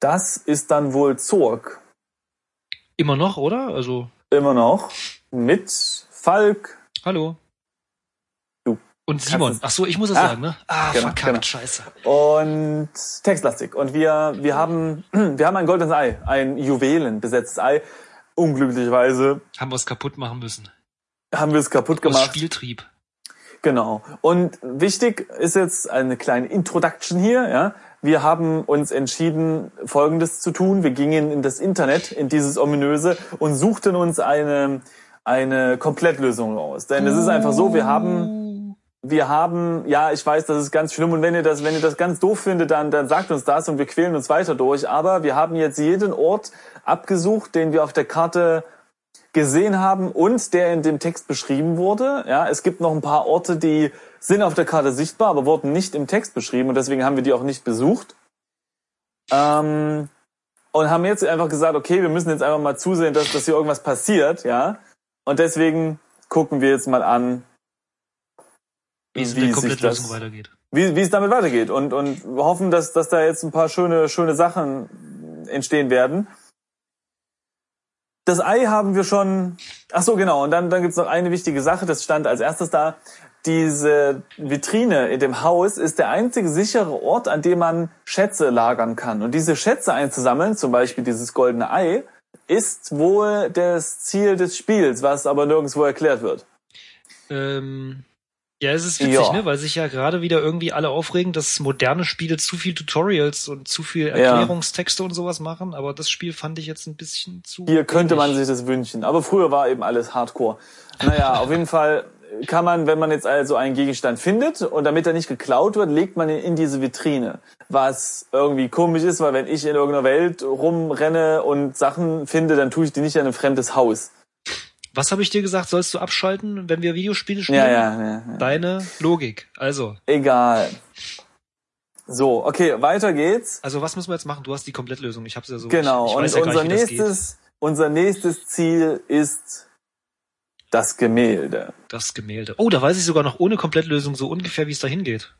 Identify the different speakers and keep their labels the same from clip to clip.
Speaker 1: Das ist dann wohl Zorg.
Speaker 2: Immer noch, oder? Also,
Speaker 1: Immer noch. Mit Falk.
Speaker 2: hallo.
Speaker 1: Du
Speaker 2: Und Simon.
Speaker 1: es-
Speaker 2: Ach so, ich muss es
Speaker 1: Ah,
Speaker 2: sagen, ne? Ah,
Speaker 1: genau,
Speaker 2: verkackt,
Speaker 1: genau.
Speaker 2: scheiße.
Speaker 1: und Textlastik. Und wir, wir haben, wir haben ein goldenes Ei, ein Juwelenbesetztes Ei. Unglücklicherweise
Speaker 2: Haben wir es kaputt machen müssen.
Speaker 1: haben wir es kaputt
Speaker 2: Aus
Speaker 1: gemacht.
Speaker 2: Spieltrieb.
Speaker 1: Genau. Und wichtig ist jetzt eine kleine Introduction hier, ja. Wir haben uns entschieden, Folgendes zu tun. Wir gingen in das Internet, in dieses ominöse, und suchten uns eine, eine Komplettlösung aus. Denn es ist einfach so, wir haben, wir haben, ja, ich weiß, das ist ganz schlimm und wenn ihr das, wenn ihr das ganz doof findet, dann, dann sagt uns das und wir quälen uns weiter durch. Aber wir haben jetzt jeden Ort abgesucht, den wir auf der Karte gesehen haben und der in dem Text beschrieben wurde. Ja, es gibt noch ein paar Orte, die sind auf der Karte sichtbar, aber wurden nicht im Text beschrieben und deswegen haben wir die auch nicht besucht. Ähm, und haben jetzt einfach gesagt, okay, wir müssen jetzt einfach mal zusehen, dass, dass hier irgendwas passiert, ja. Und deswegen gucken wir jetzt mal an,
Speaker 2: Wie es
Speaker 1: wie
Speaker 2: in der
Speaker 1: sich
Speaker 2: Komplettlösung
Speaker 1: das-
Speaker 2: weitergeht.
Speaker 1: wie, wie es damit weitergeht und, und wir hoffen, dass, dass da jetzt ein paar schöne, schöne Sachen entstehen werden. Das Ei haben wir schon. Ach so, genau. Und dann, dann gibt's noch eine wichtige Sache, das stand als erstes da. Diese Vitrine in dem Haus ist der einzige sichere Ort, an dem man Schätze lagern kann. Und diese Schätze einzusammeln, zum Beispiel dieses goldene Ei, ist wohl das Ziel des Spiels, was aber nirgendwo erklärt wird.
Speaker 2: Ähm, ja, es ist witzig,
Speaker 1: Ja.
Speaker 2: ne? weil sich ja gerade wieder irgendwie alle aufregen, dass moderne Spiele zu viel Tutorials und zu viel
Speaker 1: Ja.
Speaker 2: Erklärungstexte und sowas machen, aber das Spiel fand ich jetzt ein bisschen zu.
Speaker 1: Hier könnte man
Speaker 2: wenig.
Speaker 1: sich das wünschen. Aber früher war eben alles Hardcore. Naja, auf jeden Fall kann man, wenn man jetzt also einen Gegenstand findet und damit er nicht geklaut wird, legt man ihn in diese Vitrine. Was irgendwie komisch ist, weil wenn ich in irgendeiner Welt rumrenne und Sachen finde, dann tue ich die nicht in ein fremdes Haus.
Speaker 2: Was habe ich dir gesagt, sollst du abschalten, wenn wir Videospiele spielen?
Speaker 1: Ja, ja, ja. ja.
Speaker 2: Deine Logik. Also,
Speaker 1: Egal. So, okay, weiter geht's.
Speaker 2: also was müssen wir jetzt machen? Du hast die Komplettlösung. Ich habe ja so.
Speaker 1: Genau.
Speaker 2: Ich, ich
Speaker 1: und
Speaker 2: weiß ja gar
Speaker 1: unser
Speaker 2: nicht, wie das,
Speaker 1: nächstes, unser nächstes Ziel ist das Gemälde.
Speaker 2: geht. das Gemälde. Oh, da weiß ich sogar noch ohne Komplettlösung so ungefähr, wie es da hingeht.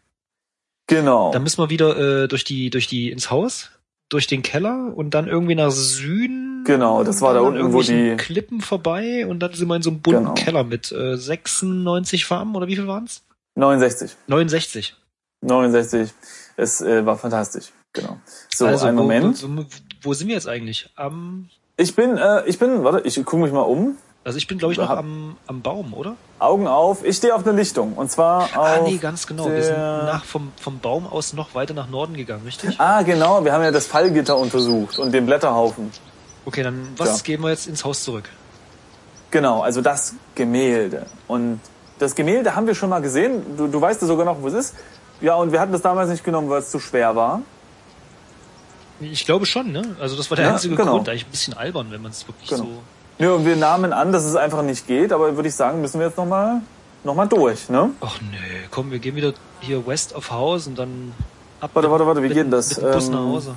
Speaker 1: Genau.
Speaker 2: Dann müssen wir wieder äh, durch die durch die ins Haus, durch den Keller und dann irgendwie nach Süden.
Speaker 1: Genau, das war da
Speaker 2: Und dann
Speaker 1: unten, wo
Speaker 2: irgendwelchen
Speaker 1: die-
Speaker 2: Klippen vorbei und dann sind wir in so einem bunten
Speaker 1: Genau.
Speaker 2: Keller mit äh, 96 Farben oder wie viel waren's?
Speaker 1: 69.
Speaker 2: 69.
Speaker 1: 69. Es äh, war fantastisch. Genau. So,
Speaker 2: also,
Speaker 1: einen
Speaker 2: wo,
Speaker 1: Moment.
Speaker 2: Wo, wo sind wir jetzt eigentlich? Am,
Speaker 1: Ich bin, äh, ich bin, warte, ich gucke mich mal um.
Speaker 2: also ich bin glaube ich noch
Speaker 1: Ja.
Speaker 2: am, am Baum, oder?
Speaker 1: Augen auf. Ich stehe auf einer Lichtung. Und zwar auf.
Speaker 2: ah nee, ganz genau. Wir sind
Speaker 1: der-
Speaker 2: nach vom vom Baum aus noch weiter nach Norden gegangen, richtig?
Speaker 1: Ah, genau. Wir haben ja das Fallgitter untersucht und den Blätterhaufen.
Speaker 2: Okay, dann was
Speaker 1: Ja.
Speaker 2: gehen wir jetzt ins Haus zurück?
Speaker 1: Genau, also das Gemälde. Und das Gemälde haben wir schon mal gesehen. Du, du weißt ja sogar noch, wo es ist. Ja, und wir hatten das damals nicht genommen, weil es zu schwer war.
Speaker 2: Ich glaube schon, ne? Also das war der
Speaker 1: Ja,
Speaker 2: einzige
Speaker 1: genau.
Speaker 2: Grund, eigentlich ein bisschen albern, wenn man es wirklich
Speaker 1: Genau.
Speaker 2: so
Speaker 1: Ja, und wir nahmen an, dass es einfach nicht geht, aber würde ich sagen, müssen wir jetzt nochmal noch mal durch, ne?
Speaker 2: Ach nö, komm, wir gehen wieder hier west of house und dann ab.
Speaker 1: Warte, warte, warte, wie
Speaker 2: mit-
Speaker 1: geht denn das?
Speaker 2: Mit dem Bus
Speaker 1: Ähm,
Speaker 2: nach Hause.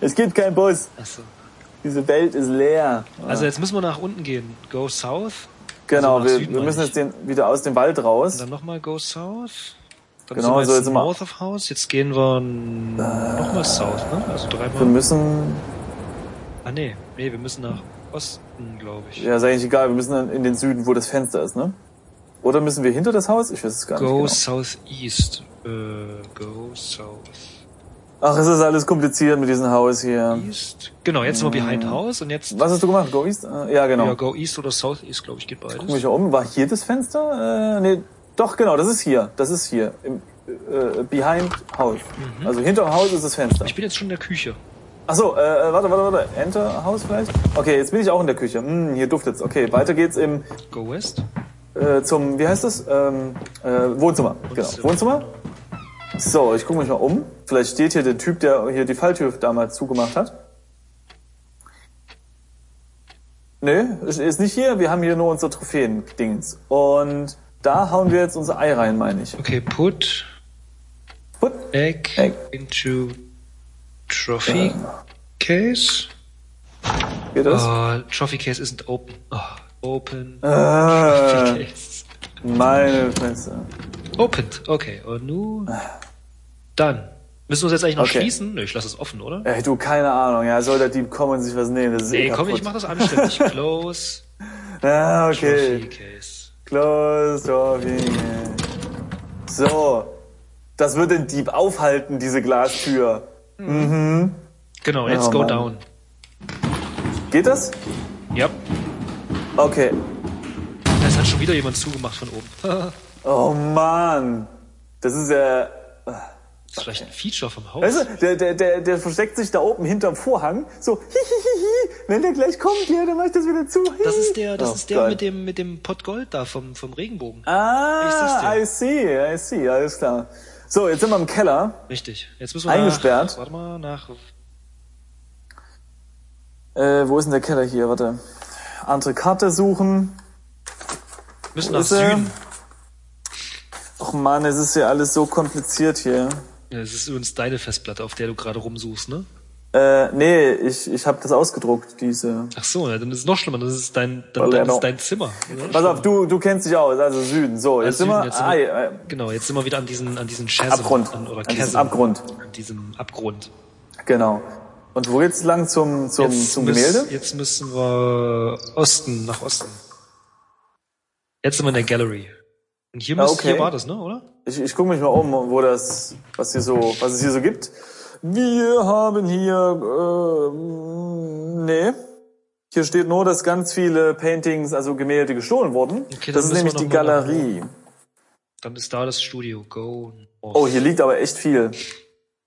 Speaker 1: Es geht kein Bus.
Speaker 2: Ach so.
Speaker 1: Diese Welt ist leer.
Speaker 2: Also jetzt müssen wir nach unten gehen. Go south.
Speaker 1: Genau,
Speaker 2: Also nach
Speaker 1: wir,
Speaker 2: Süden
Speaker 1: wir
Speaker 2: meine
Speaker 1: müssen
Speaker 2: ich.
Speaker 1: jetzt den, wieder aus dem Wald raus.
Speaker 2: Und dann nochmal go south. Dann
Speaker 1: Genau,
Speaker 2: sind
Speaker 1: so
Speaker 2: wir
Speaker 1: jetzt
Speaker 2: jetzt
Speaker 1: immer-
Speaker 2: north of house. Jetzt gehen wir n- nochmal south, ne? Also
Speaker 1: Wir
Speaker 2: dreimal.
Speaker 1: müssen,
Speaker 2: Ah nee, nee, wir müssen nach Osten, glaube ich.
Speaker 1: ja, ist eigentlich egal, wir müssen dann in den Süden, wo das Fenster ist, ne? Oder müssen wir hinter das Haus? Ich weiß es gar
Speaker 2: Go
Speaker 1: nicht. genau.
Speaker 2: southeast. Äh, go south.
Speaker 1: Genau. Ach, es ist alles kompliziert mit diesem Haus hier.
Speaker 2: East. Genau, jetzt sind wir behind house und jetzt
Speaker 1: Hm. Was hast du gemacht? Go East? Äh, Ja, genau.
Speaker 2: ja, go east oder southeast, glaube ich, geht
Speaker 1: Guck mich
Speaker 2: beides.
Speaker 1: mal um. War hier das Fenster? Äh, nee, doch, genau, das ist hier. Das ist hier. Im, äh, behind House.
Speaker 2: Mhm.
Speaker 1: Also hinterm Haus ist das Fenster.
Speaker 2: Ich bin jetzt schon in der Küche.
Speaker 1: Ach so, äh, äh, warte, warte, warte. Enter Haus vielleicht? Okay, jetzt bin ich auch in der Küche. Hm, hier duftet's. Okay, weiter geht's im
Speaker 2: Go west.
Speaker 1: äh, zum, wie heißt das? Ähm, äh, Wohnzimmer. Genau. Wohnzimmer. So, ich gucke mich mal um. Vielleicht steht hier der Typ, der hier die Falltür damals zugemacht hat. Nee, ist- ist nicht hier. Wir haben hier nur unsere Trophäen-Dings. Und da hauen wir jetzt unser Ei rein, meine ich.
Speaker 2: Okay, put
Speaker 1: Gut.
Speaker 2: egg,
Speaker 1: Egg.
Speaker 2: into trophy case.
Speaker 1: Geht das?
Speaker 2: Oh, trophy case isn't open. Oh, open.
Speaker 1: Ah. Äh,
Speaker 2: Trophy case.
Speaker 1: meine Fresse.
Speaker 2: Opened. Okay, und nu. Dann. Müssen wir uns jetzt eigentlich noch
Speaker 1: Ah. Okay. Äh,
Speaker 2: schließen? Nö, ich lasse es offen, oder?
Speaker 1: Ey, du, keine Ahnung. Ja, soll der Dieb kommen und sich was nehmen? Das ist eh
Speaker 2: Nee, komm,
Speaker 1: kaputt.
Speaker 2: ich mach das anständig. Close.
Speaker 1: Ah, okay.
Speaker 2: Trophy Case.
Speaker 1: Close talking. So. Das wird den Dieb aufhalten, diese Glastür.
Speaker 2: Genau, let's
Speaker 1: Oh,
Speaker 2: go
Speaker 1: Mann.
Speaker 2: down.
Speaker 1: Geht das?
Speaker 2: Ja.
Speaker 1: Okay.
Speaker 2: Das hat schon wieder jemand zugemacht von oben. das
Speaker 1: Oh Mann. Das ist ja...
Speaker 2: ist vielleicht ein Feature vom Haus.
Speaker 1: Weißt du, der, der, der, der versteckt sich da oben hinterm Vorhang. So, hihihihi, wenn der gleich kommt, ja, dann mach ich das wieder zu.
Speaker 2: Das ist der, das
Speaker 1: Oh,
Speaker 2: ist der
Speaker 1: geil.
Speaker 2: mit dem, mit dem Pot Gold da vom, vom Regenbogen. Ich sag's
Speaker 1: Ah,
Speaker 2: dir.
Speaker 1: I see, I see, alles klar. So, jetzt sind wir im Keller.
Speaker 2: Richtig. Jetzt müssen wir
Speaker 1: Ah. Eingesperrt.
Speaker 2: Nach, warte mal, nach.
Speaker 1: Äh, wo ist denn der Keller hier? Warte. Andere Karte suchen.
Speaker 2: Müssen
Speaker 1: Wo
Speaker 2: nach
Speaker 1: ist er?
Speaker 2: Süden.
Speaker 1: Och Mann, es ist ja alles so kompliziert hier.
Speaker 2: Das ist übrigens deine Festplatte, auf der du gerade rumsuchst, ne?
Speaker 1: Äh, nee, ich, ich habe das ausgedruckt, diese.
Speaker 2: Ach so, ja, dann ist es noch schlimmer. Dann ist es dein, dann, dann
Speaker 1: Palermo.
Speaker 2: ist es dein Zimmer. Ja,
Speaker 1: Pass auf, du, du kennst dich aus, also Süden. So, jetzt sind
Speaker 2: Süden,
Speaker 1: wir.
Speaker 2: jetzt sind
Speaker 1: ah,
Speaker 2: wir-
Speaker 1: ja, äh,
Speaker 2: Genau, jetzt sind wir wieder an diesen, an diesen Chasm.
Speaker 1: Abgrund.
Speaker 2: An, oder
Speaker 1: An diesem
Speaker 2: Chasm.
Speaker 1: Abgrund.
Speaker 2: An diesem Abgrund.
Speaker 1: genau. Und wo geht's lang zum, zum, zum
Speaker 2: müß-
Speaker 1: Gemälde?
Speaker 2: Jetzt müssen wir Osten, nach Osten. Jetzt sind wir in der Gallery. Und hier,
Speaker 1: Ah,
Speaker 2: müsst,
Speaker 1: okay.
Speaker 2: hier war das, ne, oder?
Speaker 1: Ich, ich gucke mich mal um, wo das, was hier so, was es hier so gibt. Wir haben hier, äh, nee. Hier steht nur, dass ganz viele Paintings, also Gemälde gestohlen wurden.
Speaker 2: Okay, dann
Speaker 1: das ist
Speaker 2: müssen wir
Speaker 1: nämlich die
Speaker 2: noch mal nach-
Speaker 1: Galerie.
Speaker 2: Dann ist da das Studio. Go. north.
Speaker 1: Oh, hier liegt aber echt viel.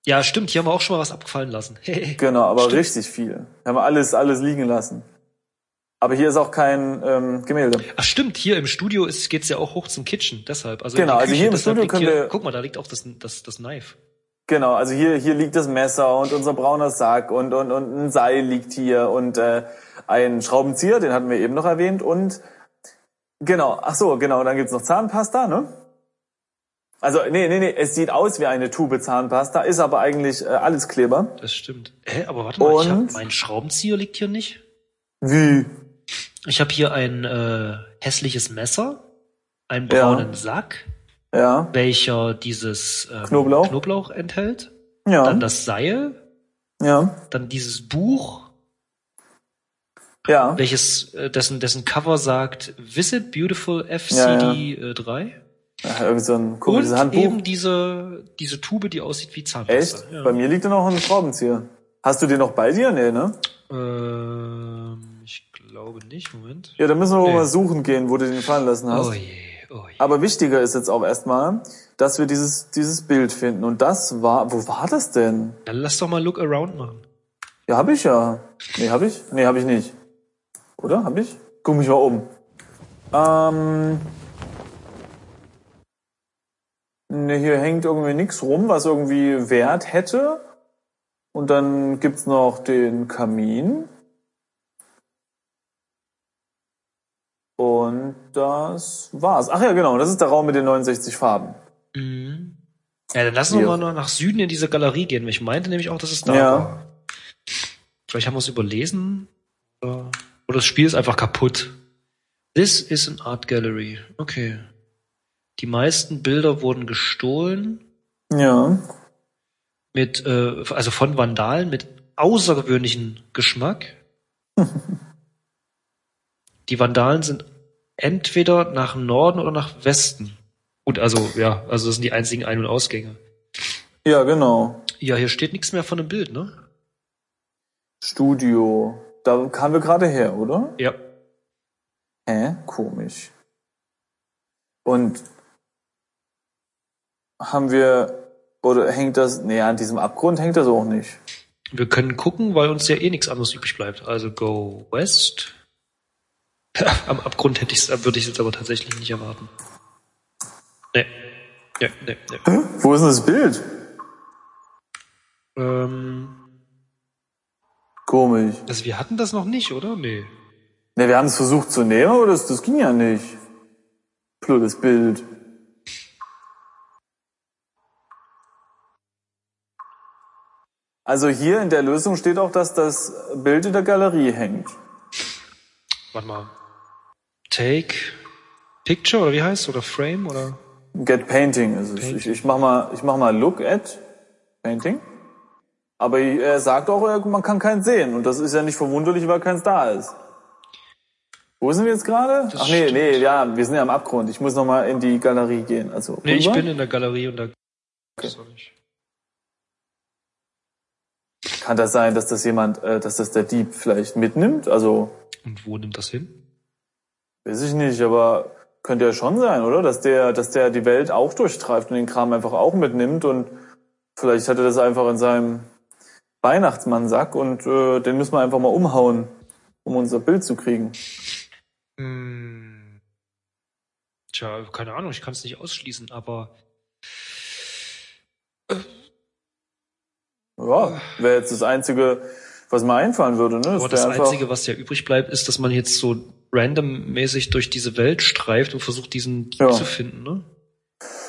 Speaker 2: Ja, stimmt, hier haben wir auch schon mal was abgefallen lassen.
Speaker 1: Genau, aber
Speaker 2: Stimmt.
Speaker 1: richtig viel. Wir haben alles, alles liegen lassen. Aber hier ist auch kein ähm, Gemälde.
Speaker 2: Ach stimmt, hier im Studio ist geht's ja auch hoch zum Kitchen, deshalb. Also
Speaker 1: Genau, also
Speaker 2: in die Küche,
Speaker 1: hier im
Speaker 2: deshalb
Speaker 1: Studio
Speaker 2: liegt
Speaker 1: können
Speaker 2: hier,
Speaker 1: wir-
Speaker 2: Guck mal, da liegt auch das, das, das Knife.
Speaker 1: Genau, also hier, hier liegt das Messer und unser brauner Sack und, und, und ein Seil liegt hier und äh, ein Schraubenzieher, den hatten wir eben noch erwähnt und genau, ach so, genau, dann gibt's noch Zahnpasta, ne? Also, nee, nee, nee, es sieht aus wie eine Tube Zahnpasta, ist aber eigentlich äh, alles Kleber.
Speaker 2: Das stimmt. Hä, aber warte mal,
Speaker 1: Und?
Speaker 2: ich hab, mein Schraubenzieher liegt hier nicht.
Speaker 1: Wie?
Speaker 2: Ich habe hier ein äh, hässliches Messer, einen
Speaker 1: Ja.
Speaker 2: braunen Sack,
Speaker 1: Ja,
Speaker 2: welcher dieses ähm,
Speaker 1: Knoblauch?
Speaker 2: Knoblauch enthält,
Speaker 1: ja,
Speaker 2: dann das Seil,
Speaker 1: ja,
Speaker 2: dann dieses Buch,
Speaker 1: ja.
Speaker 2: welches äh, dessen dessen Cover sagt Visit Beautiful
Speaker 1: Ja,
Speaker 2: FCD3
Speaker 1: Ach, Irgend so ein komisches
Speaker 2: und
Speaker 1: Handbuch.
Speaker 2: eben diese diese Tube, die aussieht wie Zahnpasta.
Speaker 1: Echt?
Speaker 2: Ja.
Speaker 1: Bei mir liegt da noch ein Schraubenzieher. Hast du den noch bei dir? Nee, ne?
Speaker 2: Ähm, ich glaube nicht. Moment.
Speaker 1: Ja, dann müssen wir wohl
Speaker 2: Nee.
Speaker 1: mal suchen gehen, wo du den fallen lassen hast.
Speaker 2: Oh je, oh je.
Speaker 1: Aber wichtiger ist jetzt auch erstmal, dass wir dieses, dieses Bild finden. Und das war, wo war das denn?
Speaker 2: Dann lass doch mal Look Around machen.
Speaker 1: Ja, hab ich ja. Nee, hab ich? Nee, hab ich nicht. Oder? Hab ich? Guck mich mal um. Ähm. Nee, hier hängt irgendwie nichts rum, was irgendwie Wert hätte. Und dann gibt's noch den Kamin. Und das war's. Ach ja, genau, das ist der Raum mit den 69 Farben.
Speaker 2: Mhm. Ja, dann lass uns
Speaker 1: Ja.
Speaker 2: mal noch nach Süden in diese Galerie gehen. weil Ich meinte nämlich auch, dass es da
Speaker 1: Ja.
Speaker 2: war. Vielleicht haben wir es überlesen. Oder oder das Spiel ist einfach kaputt. This is an art gallery. Okay. Die meisten Bilder wurden gestohlen
Speaker 1: Ja.
Speaker 2: mit, äh, also von Vandalen mit außergewöhnlichen Geschmack. Die Vandalen sind entweder nach Norden oder nach Westen. Gut, also ja, also das sind die einzigen Ein- und Ausgänge.
Speaker 1: Ja, genau.
Speaker 2: Ja, hier steht nichts mehr von dem Bild, ne?
Speaker 1: Studio. Da kamen wir gerade her, oder?
Speaker 2: Ja.
Speaker 1: Hä? Äh, Komisch. Und haben wir, oder hängt das, nee, an diesem Abgrund hängt das auch nicht.
Speaker 2: Wir können gucken, weil uns ja eh nichts anderes übrig bleibt. Also go west. Am Abgrund hätte ich's, würde ich es jetzt aber tatsächlich nicht erwarten. Nee. Nee, nee, nee.
Speaker 1: Wo ist denn das Bild?
Speaker 2: Ähm,
Speaker 1: Komisch.
Speaker 2: also wir hatten das noch nicht, oder? Nee.
Speaker 1: Ne, wir haben es versucht zu nehmen, aber das, das ging ja nicht. Blödes Bild. Also hier in der Lösung steht auch, dass das Bild in der Galerie hängt.
Speaker 2: Warte mal. Take Picture oder wie heißt Oder Frame oder?
Speaker 1: Also, Get Painting ist es. Ich, ich mach mal, ich mach mal Look at Kein Ding. Aber er sagt auch, er- man kann keins sehen. Und das ist ja nicht verwunderlich, weil keins da ist. Wo sind wir jetzt gerade? Ach nee,
Speaker 2: stimmt.
Speaker 1: nee, ja, wir sind ja am Abgrund. Ich muss nochmal in die Galerie gehen. Also,
Speaker 2: Nee, ich
Speaker 1: rüber.
Speaker 2: bin in der Galerie und da. Weiß auch nicht.
Speaker 1: Kann das sein, dass das jemand, äh, dass das der Dieb vielleicht mitnimmt? Also,
Speaker 2: Und wo nimmt das hin?
Speaker 1: weiß ich nicht, aber könnte ja schon sein, oder? Dass der, dass der die Welt auch durchtreibt und den Kram einfach auch mitnimmt und vielleicht hat er das einfach in seinem Weihnachtsmannsack und äh, den müssen wir einfach mal umhauen, um unser Bild zu kriegen.
Speaker 2: Hm. Tja, keine Ahnung, ich kann es nicht ausschließen, aber
Speaker 1: Ja, wäre jetzt das Einzige, was mir einfallen würde, ne?
Speaker 2: Aber
Speaker 1: wär
Speaker 2: Oh, das Einzige, was ja übrig bleibt, ist, dass man jetzt so randommäßig durch diese Welt streift und versucht, diesen Dieb
Speaker 1: Ja.
Speaker 2: zu finden, ne?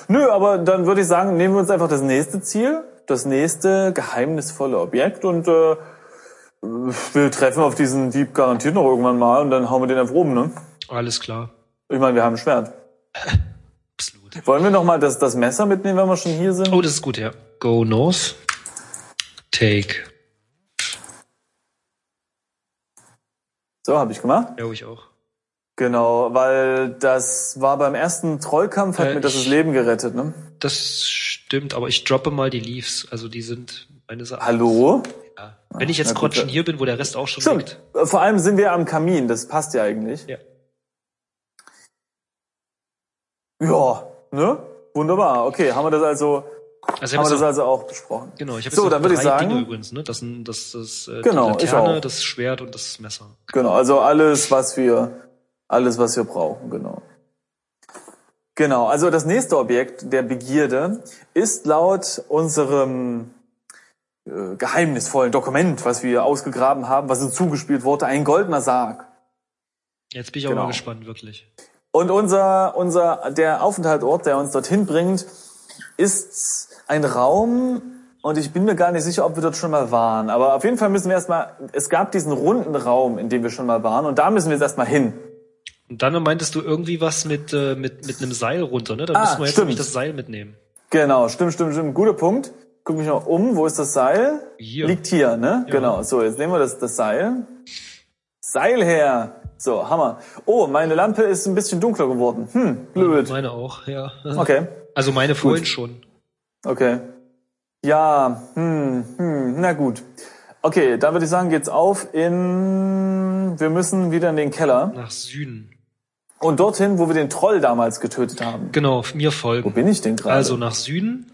Speaker 1: Nö, aber dann würde ich sagen, nehmen wir uns einfach das nächste Ziel, das nächste geheimnisvolle Objekt und äh, wir treffen auf diesen Dieb garantiert noch irgendwann mal und dann hauen wir den einfach oben, ne?
Speaker 2: Alles klar.
Speaker 1: Ich meine, wir haben ein Schwert.
Speaker 2: Absolut.
Speaker 1: Wollen wir noch mal das, das Messer mitnehmen, wenn wir schon hier sind?
Speaker 2: Oh, das ist gut, ja. Go north. Take.
Speaker 1: So, habe ich gemacht.
Speaker 2: Ja, ich auch.
Speaker 1: Genau, weil das war beim ersten Trollkampf, hat
Speaker 2: Äh,
Speaker 1: mir das
Speaker 2: ich-
Speaker 1: das Leben gerettet, ne?
Speaker 2: Das stimmt, aber ich droppe mal die Leaves. Also die sind meines Erachtens.
Speaker 1: Hallo?
Speaker 2: Ja. Wenn ich jetzt
Speaker 1: na gut,
Speaker 2: gerade schon
Speaker 1: ja.
Speaker 2: hier bin, wo der Rest auch schon
Speaker 1: Stimmt.
Speaker 2: liegt.
Speaker 1: Äh, Vor allem sind wir am Kamin, das passt ja eigentlich.
Speaker 2: Ja.
Speaker 1: Ja, ne? Wunderbar. Okay, haben wir das also,
Speaker 2: Also ich
Speaker 1: haben wir
Speaker 2: hab
Speaker 1: das
Speaker 2: jetzt noch,
Speaker 1: also auch besprochen.
Speaker 2: genau, ich habe
Speaker 1: So,
Speaker 2: jetzt noch
Speaker 1: dann würde
Speaker 2: drei
Speaker 1: ich sagen-
Speaker 2: Dinge übrigens, ne? Das sind das, das äh,
Speaker 1: Genau,
Speaker 2: die
Speaker 1: ich
Speaker 2: Laterne,
Speaker 1: auch.
Speaker 2: das Schwert und das Messer.
Speaker 1: Genau, also alles, was wir, alles, was wir brauchen, genau. Genau, also das nächste Objekt der Begierde ist laut unserem äh, geheimnisvollen Dokument, was wir ausgegraben haben, was uns zugespielt wurde, ein goldener Sarg.
Speaker 2: Jetzt bin ich auch
Speaker 1: Genau.
Speaker 2: mal gespannt, wirklich.
Speaker 1: Und unser, unser, der Aufenthaltsort, der uns dorthin bringt, ist ein Raum, und ich bin mir gar nicht sicher, ob wir dort schon mal waren. Aber auf jeden Fall müssen wir erstmal, es gab diesen runden Raum, in dem wir schon mal waren, und da müssen wir jetzt erstmal hin.
Speaker 2: Und dann meintest du irgendwie was mit, äh, mit, mit einem Seil runter, ne? Dann
Speaker 1: Ah,
Speaker 2: müssen wir jetzt
Speaker 1: stimmt.
Speaker 2: nämlich das Seil mitnehmen.
Speaker 1: Genau, stimmt, stimmt, stimmt. Guter Punkt. Guck mich noch um. Wo ist das Seil?
Speaker 2: Hier.
Speaker 1: Liegt hier, ne? Genau. So, jetzt nehmen wir das, das Seil. Seil her. So, Hammer. Oh, meine Lampe ist ein bisschen dunkler geworden. Hm, blöd.
Speaker 2: Meine auch, ja.
Speaker 1: Okay,
Speaker 2: Also meine vorhin schon.
Speaker 1: okay. Ja, hm, hm, na gut. Okay, dann würde ich sagen, geht's auf in... Wir müssen wieder in den Keller.
Speaker 2: Nach Süden.
Speaker 1: Und dorthin, wo wir den Troll damals getötet haben.
Speaker 2: Genau, mir
Speaker 1: Wo
Speaker 2: folgen.
Speaker 1: bin ich denn gerade?
Speaker 2: Also nach Süden.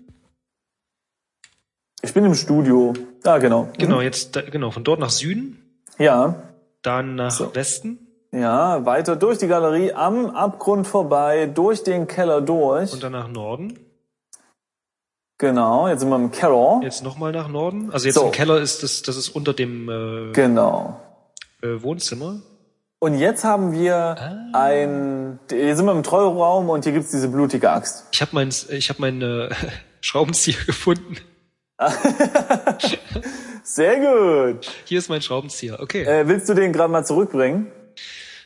Speaker 1: Ich bin im Studio. Ah, genau.
Speaker 2: Genau, jetzt, da, genau, von dort nach Süden.
Speaker 1: Ja.
Speaker 2: Dann nach
Speaker 1: So.
Speaker 2: Westen.
Speaker 1: Ja, weiter durch die Galerie, am Abgrund vorbei, durch den Keller durch.
Speaker 2: Und dann nach Norden.
Speaker 1: genau, jetzt sind wir im Keller.
Speaker 2: Jetzt nochmal nach Norden. Also jetzt
Speaker 1: So.
Speaker 2: im Keller ist das, das ist unter dem äh,
Speaker 1: Genau.
Speaker 2: äh, Wohnzimmer.
Speaker 1: Und jetzt haben wir ein... Hier sind wir im Trollraum und hier gibt's diese blutige Axt.
Speaker 2: Ich habe mein, ich habe mein äh, Schraubenzieher gefunden.
Speaker 1: Sehr gut.
Speaker 2: Hier ist mein Schraubenzieher. Okay.
Speaker 1: Äh, willst du den gerade mal zurückbringen?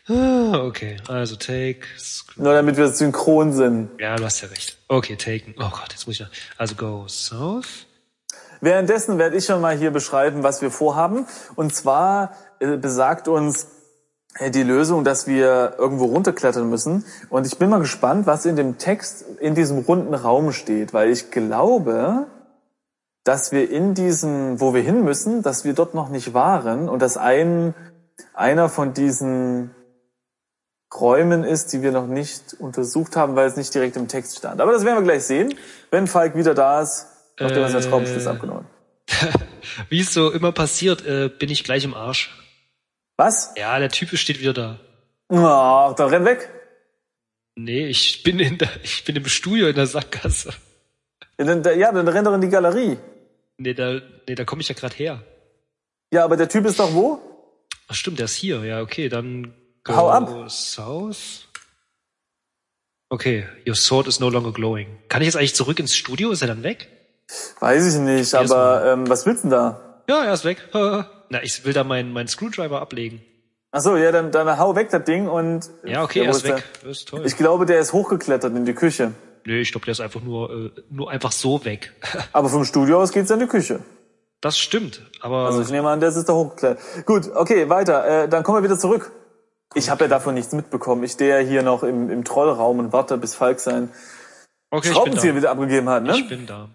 Speaker 2: Ah, okay. Also take, screw.
Speaker 1: Nur damit wir synchron sind.
Speaker 2: Ja, du hast ja recht. Okay, taken. Oh Gott, jetzt muss ich noch. Also go south.
Speaker 1: Währenddessen werde ich schon mal hier beschreiben, was wir vorhaben. Und zwar äh, besagt uns äh, die Lösung, dass wir irgendwo runterklettern müssen. Und ich bin mal gespannt, was in dem Text in diesem runden Raum steht, weil ich glaube, dass wir in diesem, wo wir hin müssen, dass wir dort noch nicht waren und dass ein, einer von diesen Räumen ist, die wir noch nicht untersucht haben, weil es nicht direkt im Text stand. Aber das werden wir gleich sehen, wenn Falk wieder da ist, nachdem er seinen
Speaker 2: Äh.
Speaker 1: Schraubenschlüssel abgenommen hat.
Speaker 2: Wie es so immer passiert, äh, bin ich gleich im Arsch.
Speaker 1: Was?
Speaker 2: Ja, der Typ steht wieder da.
Speaker 1: Na, dann renn weg.
Speaker 2: Nee, ich bin in der, ich bin im Studio in der Sackgasse.
Speaker 1: Ja, dann, ja, dann renn doch in die Galerie.
Speaker 2: Nee, da, nee, da komme ich ja gerade her.
Speaker 1: Ja, aber der Typ ist doch wo?
Speaker 2: Ach stimmt, der ist hier. Ja, okay, dann go
Speaker 1: Hau ab.
Speaker 2: south. Okay, your sword is no longer glowing. Kann ich jetzt eigentlich zurück ins Studio? Ist er dann weg?
Speaker 1: Weiß ich nicht,
Speaker 2: Hier ist
Speaker 1: aber ähm, was willst du denn da?
Speaker 2: Ja, er ist weg. Na, ich will da meinen meinen Screwdriver ablegen.
Speaker 1: Ach so, ja, dann, dann hau weg das Ding und...
Speaker 2: Ja, okay,
Speaker 1: wo
Speaker 2: er ist
Speaker 1: der?
Speaker 2: weg. Das ist toll.
Speaker 1: Ich glaube, der ist hochgeklettert in die Küche.
Speaker 2: Nee, ich glaube, der ist einfach nur, äh, nur einfach so weg.
Speaker 1: Aber vom Studio aus geht's in die Küche.
Speaker 2: Das stimmt, aber
Speaker 1: Also ich nehme an, das ist der hochgeklärt. Gut, okay, weiter. Äh, dann kommen wir wieder zurück. Ich habe ja davon nichts mitbekommen. Ich stehe ja hier noch im, im Trollraum und warte, bis Falk sein
Speaker 2: okay, ich bin da.
Speaker 1: Schraubenzieher wieder abgegeben hat,
Speaker 2: Ich
Speaker 1: ne?
Speaker 2: bin da.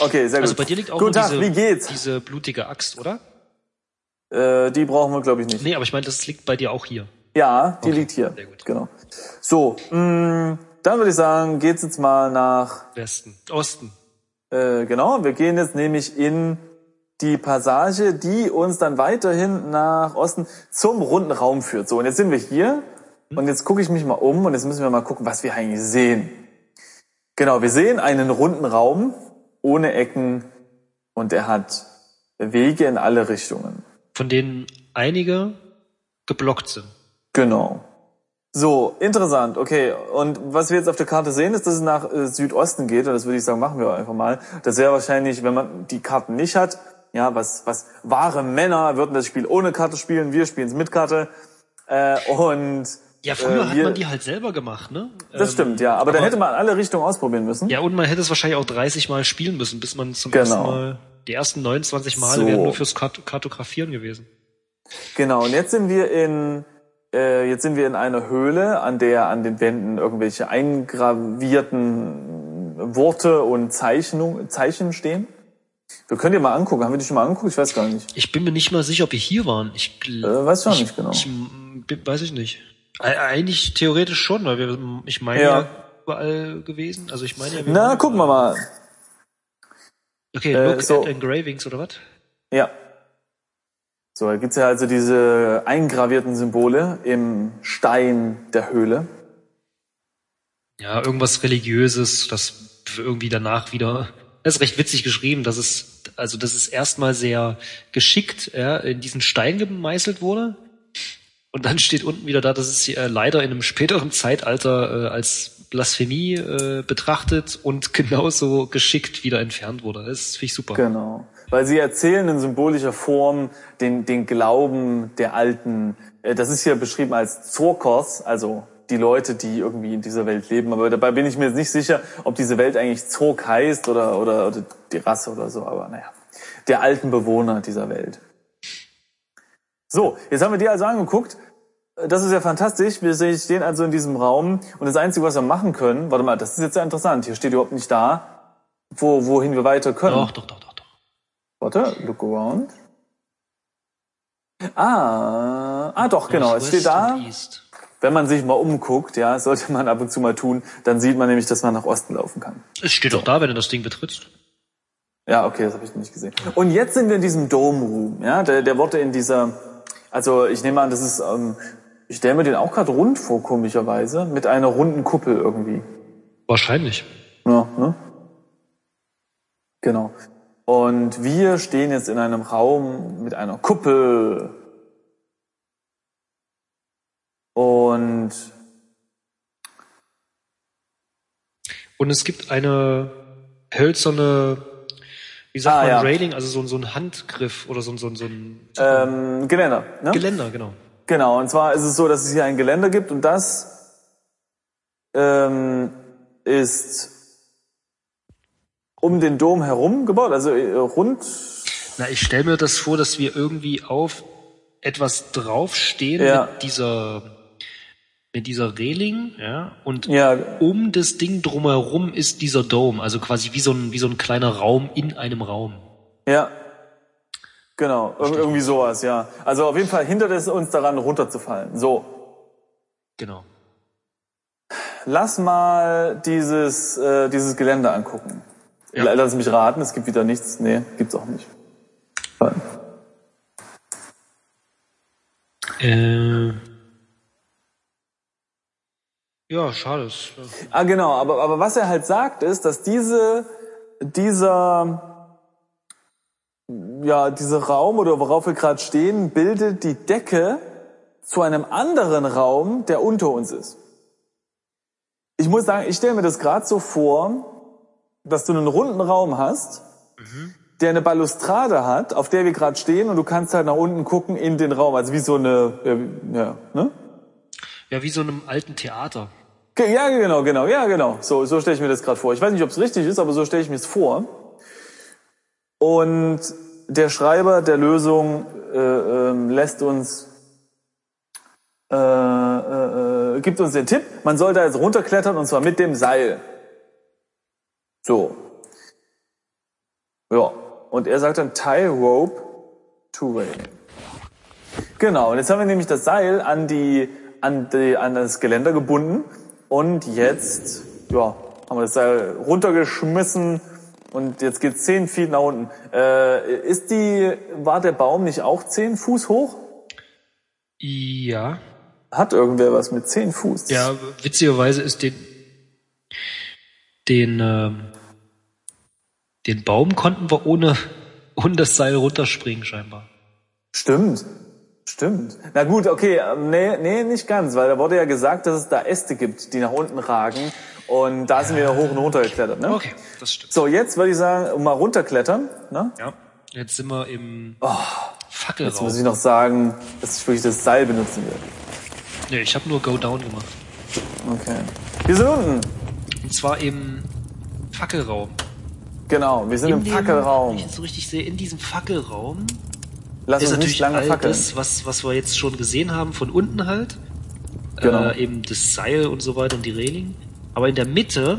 Speaker 1: Okay, sehr
Speaker 2: Also
Speaker 1: gut.
Speaker 2: bei dir liegt auch
Speaker 1: Guten
Speaker 2: nur
Speaker 1: Tag,
Speaker 2: diese,
Speaker 1: wie geht's?
Speaker 2: diese blutige Axt, oder?
Speaker 1: Äh, die brauchen wir, glaube ich, nicht.
Speaker 2: Nee, aber ich meine, das liegt bei dir auch hier.
Speaker 1: Ja, die
Speaker 2: Okay,
Speaker 1: liegt hier.
Speaker 2: sehr gut.
Speaker 1: Genau. So, mh, dann würde ich sagen, geht's jetzt mal nach.
Speaker 2: Westen. Osten.
Speaker 1: Äh, genau, wir gehen jetzt nämlich in die Passage, die uns dann weiterhin nach Osten zum runden Raum führt. So, und jetzt sind wir hier und jetzt gucke ich mich mal um und jetzt müssen wir mal gucken, was wir eigentlich sehen. Genau, wir sehen einen runden Raum ohne Ecken und er hat Wege in alle Richtungen.
Speaker 2: Von denen einige geblockt sind.
Speaker 1: Genau. So, interessant, okay. Und was wir jetzt auf der Karte sehen, ist, dass es nach äh, Südosten geht. Und das würde ich sagen, machen wir einfach mal. Das wäre wahrscheinlich, wenn man die Karten nicht hat, ja, was, was wahre Männer würden das Spiel ohne Karte spielen, wir spielen es mit Karte. Äh, und
Speaker 2: Ja, früher
Speaker 1: äh,
Speaker 2: hat
Speaker 1: wir,
Speaker 2: man die halt selber gemacht, ne?
Speaker 1: Das
Speaker 2: Ähm,
Speaker 1: stimmt, ja. Aber, da hätte man alle Richtungen ausprobieren müssen.
Speaker 2: Ja, und man hätte es wahrscheinlich auch 30 Mal spielen müssen, bis man zum
Speaker 1: Genau.
Speaker 2: ersten Mal. Die ersten 29 Male
Speaker 1: So.
Speaker 2: wären nur fürs Kart Kartografieren gewesen.
Speaker 1: Genau, und jetzt sind wir in äh, jetzt sind wir in einer Höhle, an der an den Wänden irgendwelche eingravierten Worte und Zeichnung, Zeichen stehen. Wir können dir mal angucken. Haben wir dich schon mal angeguckt? Ich weiß gar nicht.
Speaker 2: Ich bin mir nicht mal sicher, ob wir hier waren. Ich
Speaker 1: Äh,
Speaker 2: glaube.
Speaker 1: weiß auch nicht genau.
Speaker 2: Ich, m, bin- weiß ich nicht. E- Eigentlich theoretisch schon, weil wir, ich meine
Speaker 1: Ja.
Speaker 2: ja. überall gewesen. Also ich meine ja. wir
Speaker 1: Na,
Speaker 2: waren
Speaker 1: gucken wir
Speaker 2: überall.
Speaker 1: mal.
Speaker 2: Okay,
Speaker 1: Äh,
Speaker 2: Look
Speaker 1: so.
Speaker 2: at Engravings oder was?
Speaker 1: Ja. So, da gibt's ja also diese eingravierten Symbole im Stein der Höhle.
Speaker 2: Ja, irgendwas religiöses, das irgendwie danach wieder. Das ist recht witzig geschrieben, dass es, also das ist erstmal sehr geschickt ja, in diesen Stein gemeißelt wurde. Und dann steht unten wieder da, dass es äh, leider in einem späteren Zeitalter äh, als Blasphemie äh, betrachtet und genauso geschickt wieder entfernt wurde. Das finde ich super.
Speaker 1: Genau. Weil sie erzählen in symbolischer Form den, den Glauben der Alten. Äh, Das ist hier beschrieben als Zorkos, also die Leute, die irgendwie in dieser Welt leben. Aber dabei bin ich mir jetzt nicht sicher, ob diese Welt eigentlich Zork heißt oder, oder, oder die Rasse oder so. Aber naja, der alten Bewohner dieser Welt. So, jetzt haben wir die also angeguckt. Äh, Das ist ja fantastisch. Wir stehen also in diesem Raum und das Einzige, was wir machen können, warte mal, das ist jetzt ja interessant. Hier steht überhaupt nicht da, wo, wohin wir weiter können.
Speaker 2: Doch, doch, doch, doch, doch.
Speaker 1: Warte, look around. Ah, ah doch, genau. Es
Speaker 2: West
Speaker 1: steht da,
Speaker 2: and East.
Speaker 1: wenn man sich mal umguckt, ja, sollte man ab und zu mal tun, dann sieht man nämlich, dass man nach Osten laufen kann.
Speaker 2: Es steht auch da, wenn du das Ding betrittst.
Speaker 1: Ja, okay, das habe ich nicht gesehen. Und jetzt sind wir in diesem Dome-Room, ja, der, der wurde in dieser, also ich nehme an, das ist, ähm, ich stelle mir den auch gerade rund vor, komischerweise, mit einer runden Kuppel irgendwie.
Speaker 2: Wahrscheinlich.
Speaker 1: Ja, ne? Genau. Und wir stehen jetzt in einem Raum mit einer Kuppel. Und
Speaker 2: Und es gibt eine hölzerne, wie sagt
Speaker 1: Ah,
Speaker 2: man,
Speaker 1: ja.
Speaker 2: Railing, also so, ein- so ein Handgriff oder so, ein- so, ein- so ein
Speaker 1: ähm, Geländer. Ne?
Speaker 2: Geländer, genau.
Speaker 1: genau. Und zwar ist es so, dass es hier ein Geländer gibt und das ähm, ist um den Dom herum gebaut, also äh, rund.
Speaker 2: Na, ich stelle mir das vor, dass wir irgendwie auf etwas draufstehen
Speaker 1: Ja.
Speaker 2: mit dieser mit dieser Reling, ja, und
Speaker 1: Ja,
Speaker 2: um das Ding drumherum ist dieser Dome, also quasi wie so ein wie so ein kleiner Raum in einem Raum.
Speaker 1: Ja. Genau, Ir irgendwie sowas, ja. Also auf jeden Fall hindert es uns daran, runterzufallen. So,
Speaker 2: Genau.
Speaker 1: lass mal dieses, äh, dieses Gelände angucken.
Speaker 2: Ja.
Speaker 1: Lass mich raten, es gibt wieder nichts. Nee, gibt's auch nicht.
Speaker 2: Äh, ja, schade. es-
Speaker 1: Ah, genau, aber, aber was er halt sagt, ist, dass diese, dieser, ja, dieser Raum oder worauf wir gerade stehen, bildet die Decke zu einem anderen Raum, der unter uns ist. Ich muss sagen, ich stelle mir das gerade so vor, dass du einen runden Raum hast, der eine Balustrade hat, auf der wir gerade stehen, und du kannst halt nach unten gucken in den Raum, also wie so eine, äh, ja, wie- ja ne?
Speaker 2: Ja, wie so einem alten Theater.
Speaker 1: Ge- Ja, genau, genau, ja, genau. So, so stelle ich mir das gerade vor. Ich weiß nicht, ob es richtig ist, aber so stelle ich mir es vor. Und der Schreiber der Lösung äh, ähm, lässt uns, äh, äh, äh, gibt uns den Tipp, man soll da jetzt runterklettern und zwar mit dem Seil. So. Ja. Und er sagt dann Tie Rope Two-Way. Genau, und jetzt haben wir nämlich das Seil an die, an die, an das Geländer gebunden und jetzt, ja, haben wir das Seil runtergeschmissen und jetzt geht's zehn Feet nach unten. Äh, ist die, war der Baum nicht auch zehn Fuß hoch?
Speaker 2: Ja.
Speaker 1: Hat irgendwer was mit zehn Fuß?
Speaker 2: Ja, witzigerweise ist den den ähm, den Baum konnten wir ohne ohne das Seil runterspringen scheinbar.
Speaker 1: Stimmt. Stimmt. Na gut, okay, ähm, nee, nee, nicht ganz, weil da wurde ja gesagt, dass es da Äste gibt, die nach unten ragen und da sind wir hoch und runter geklettert, ne?
Speaker 2: Okay, das stimmt.
Speaker 1: So, jetzt würde ich sagen, um mal runterklettern, ne?
Speaker 2: Ja. Jetzt sind wir im
Speaker 1: Oh. Jetzt muss
Speaker 2: Fackelraum.
Speaker 1: ich noch sagen, dass ich wirklich das Seil benutzen will.
Speaker 2: nee, ich habe nur Go Down gemacht.
Speaker 1: Okay. Wir sind unten.
Speaker 2: Und zwar im Fackelraum.
Speaker 1: Genau, wir sind im
Speaker 2: dem- Wenn
Speaker 1: Fackelraum.
Speaker 2: ich jetzt so richtig sehe, in diesem Fackelraum
Speaker 1: Lass
Speaker 2: ist
Speaker 1: uns
Speaker 2: natürlich
Speaker 1: nicht lange
Speaker 2: all
Speaker 1: fackeln.
Speaker 2: das, was, was wir jetzt schon gesehen haben, von unten halt.
Speaker 1: Genau.
Speaker 2: Äh, eben das Seil und so weiter und die Reling. Aber in der Mitte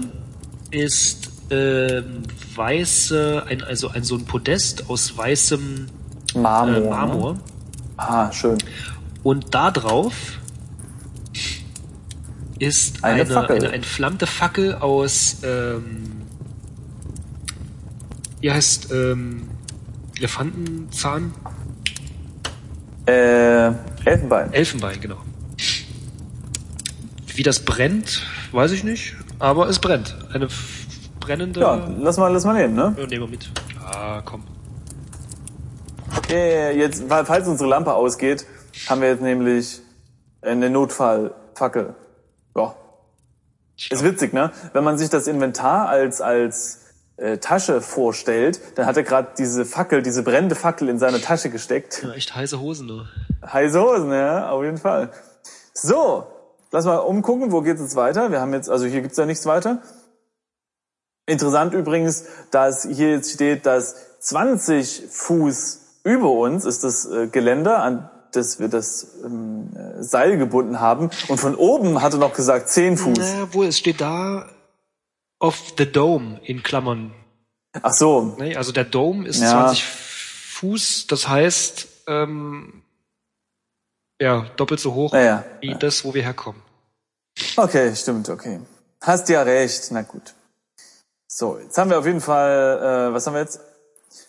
Speaker 2: ist ähm, weiße, ein, also ein, so ein Podest aus weißem äh,
Speaker 1: Marmor. Ne?
Speaker 2: Marmor.
Speaker 1: Ah, schön.
Speaker 2: Und da drauf ist
Speaker 1: Eine
Speaker 2: eine,
Speaker 1: Fackel.
Speaker 2: eine entflammte Fackel aus, ähm, wie heißt, ähm, Elefantenzahn?
Speaker 1: Äh, Elfenbein.
Speaker 2: Elfenbein, genau. Wie das brennt, weiß ich nicht, aber es brennt. Eine f- brennende.
Speaker 1: Ja, lass mal, lass mal nehmen, ne?
Speaker 2: Ja, nehmen wir mit. Ah, komm.
Speaker 1: Äh, jetzt, weil- falls unsere Lampe ausgeht, haben wir jetzt nämlich eine Notfallfackel. Ja. Ist witzig, ne? Wenn man sich das Inventar als, als äh, Tasche vorstellt, dann hat er gerade diese Fackel, diese brennende Fackel in seine Tasche gesteckt.
Speaker 2: Ja, echt heiße Hosen, ne?
Speaker 1: Heiße Hosen, ja, auf jeden Fall. So, lass mal umgucken, wo geht's jetzt weiter? Wir haben jetzt, also hier gibt's ja nichts weiter. Interessant übrigens, dass hier jetzt steht, dass 20 Fuß über uns ist das äh, Geländer, an das wir das ähm, äh, Seil gebunden haben. Und von oben hat er noch gesagt 10 Fuß.
Speaker 2: Na, wohl, es steht da off the dome in Klammern
Speaker 1: Ach so,
Speaker 2: Ne? Also der Dome ist
Speaker 1: Ja.
Speaker 2: 20 Fuß, das heißt, ähm, ja, doppelt so hoch
Speaker 1: naja.
Speaker 2: wie das, wo wir herkommen.
Speaker 1: Okay, stimmt, okay. Hast ja recht, na gut. So, jetzt haben wir auf jeden Fall, äh, was haben wir jetzt?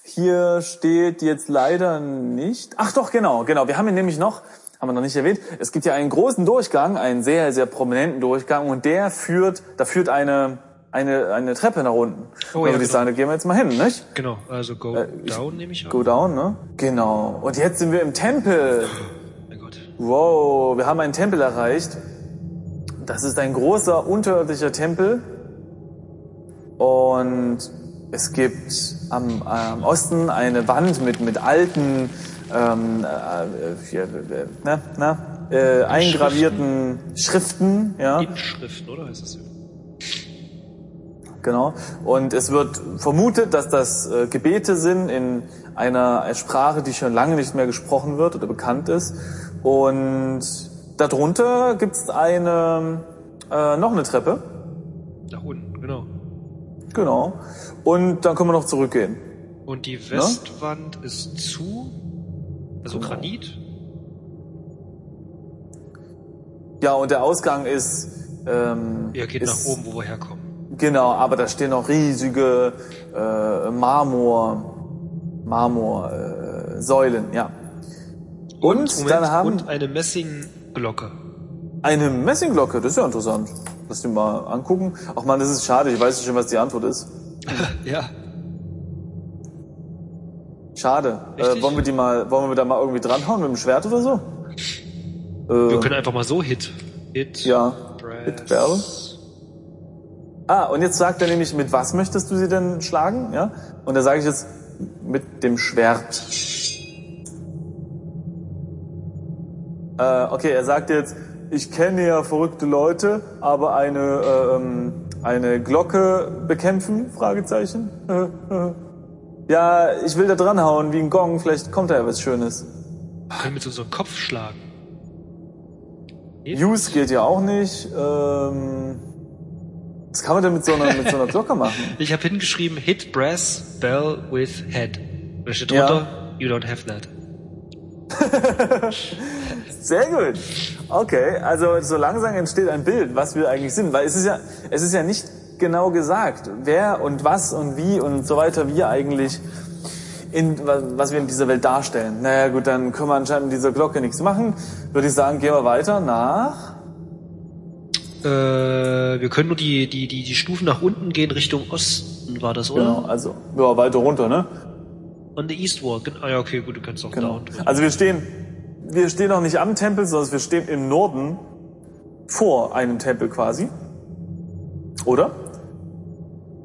Speaker 1: Hier steht jetzt leider nicht. Ach doch, genau, genau. Wir haben hier nämlich noch, haben wir noch nicht erwähnt, es gibt ja einen großen Durchgang, einen sehr, sehr prominenten Durchgang und der führt, da führt eine, eine, eine Treppe nach unten.
Speaker 2: Oh,
Speaker 1: Oh,
Speaker 2: ja,
Speaker 1: ja, würde ich
Speaker 2: genau.
Speaker 1: sagen, da gehen wir jetzt mal hin, nicht?
Speaker 2: Genau, also go down nehme ich an.
Speaker 1: Go down, ne? Genau. Und jetzt sind wir im Tempel.
Speaker 2: Mein Gott.
Speaker 1: Wow, wir haben einen Tempel erreicht. Das ist ein großer unterirdischer Tempel. Und es gibt am, am Osten eine Wand mit, mit alten, ähm, äh, äh, hier, äh, na, na, äh, eingravierten Schriften. Ja,
Speaker 2: Inschriften, oder heißt das ja?
Speaker 1: genau. Und es wird vermutet, dass das äh, Gebete sind in einer Sprache, die schon lange nicht mehr gesprochen wird oder bekannt ist. Und darunter gibt's eine, äh, noch eine Treppe.
Speaker 2: Nach unten, genau.
Speaker 1: Genau. Und dann können wir noch zurückgehen.
Speaker 2: Und
Speaker 1: Ne?
Speaker 2: die Westwand ist zu, also
Speaker 1: Genau.
Speaker 2: Granit.
Speaker 1: Ja, und der Ausgang ist, ähm,
Speaker 2: Ja, geht
Speaker 1: ist
Speaker 2: nach oben, wo wir herkommen.
Speaker 1: Genau, aber da stehen noch riesige äh, Marmor, Marmor äh, Säulen, ja. Und, dann haben
Speaker 2: und eine Messingglocke.
Speaker 1: eine Messingglocke, das ist ja interessant. Lass die mal angucken. Ach man, das ist schade, ich weiß nicht schon, was die Antwort ist.
Speaker 2: Ja,
Speaker 1: Schade. Äh,
Speaker 2: Richtig?
Speaker 1: wollen wir die mal, wollen wir da mal irgendwie dranhauen mit dem Schwert oder so?
Speaker 2: wir
Speaker 1: Äh,
Speaker 2: können einfach mal so Hit. Hit.
Speaker 1: ja. Hit Bell. Ah, und jetzt sagt er nämlich, mit was möchtest du sie denn schlagen? Ja? Und da sage ich jetzt, mit dem Schwert. Äh, okay, er sagt jetzt, ich kenne ja verrückte Leute, aber eine, äh, ähm, eine Glocke bekämpfen? Fragezeichen. Äh, äh. Ja, ich will da dranhauen wie ein Gong, vielleicht kommt da ja was Schönes.
Speaker 2: Wir können mit unserem Kopf schlagen.
Speaker 1: Use geht ja auch nicht. Ähm, was kann man denn mit so einer, mit so einer Glocke machen?
Speaker 2: Ich habe hingeschrieben, hit brass bell with head. Und da steht
Speaker 1: Ja.
Speaker 2: drunter, you don't have that.
Speaker 1: Sehr gut. Okay, also so langsam entsteht ein Bild, was wir eigentlich sind, weil es ist ja, es ist ja nicht genau gesagt, wer und was und wie und so weiter wir eigentlich in, wa- was wir in dieser Welt darstellen. Naja gut, dann können wir anscheinend mit dieser Glocke nichts machen. Würde ich sagen, gehen wir weiter nach.
Speaker 2: Äh, wir können nur die, die, die, die Stufen nach unten gehen, Richtung Osten war das,
Speaker 1: Genau,
Speaker 2: oder?
Speaker 1: also ja, weiter runter, ne?
Speaker 2: On the East Wall. Gen- Ah ja, okay, gut, du kannst auch
Speaker 1: Genau.
Speaker 2: da und
Speaker 1: Also wir stehen, wir stehen noch nicht am Tempel, sondern wir stehen im Norden vor einem Tempel quasi. Oder?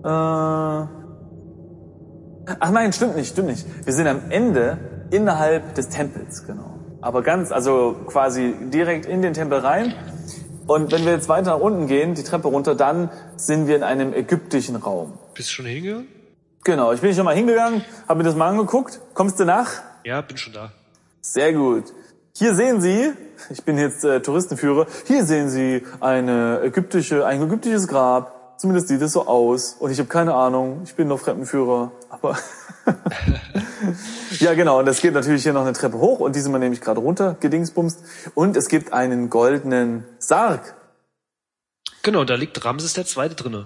Speaker 1: Äh, ach nein, stimmt nicht, stimmt nicht. Wir sind am Ende innerhalb des Tempels, genau. Aber ganz, also quasi direkt in den Tempel rein. Und wenn wir jetzt weiter nach unten gehen, die Treppe runter, dann sind wir in einem ägyptischen Raum.
Speaker 2: Bist du schon hingegangen?
Speaker 1: Genau, ich bin schon mal hingegangen, habe mir das mal angeguckt. Kommst du nach?
Speaker 2: Ja, bin schon da.
Speaker 1: Sehr gut. Hier sehen Sie, ich bin jetzt äh, Touristenführer, hier sehen Sie eine ägyptische, ein ägyptisches Grab. Zumindest sieht es so aus. Und ich habe keine Ahnung, ich bin noch Fremdenführer. Aber ja, genau. Und es geht natürlich hier noch eine Treppe hoch und diese mal nehme ich gerade runter, gedingsbumst. Und es gibt einen goldenen Sarg,
Speaker 2: Genau, da liegt Ramses der Zweite drinne.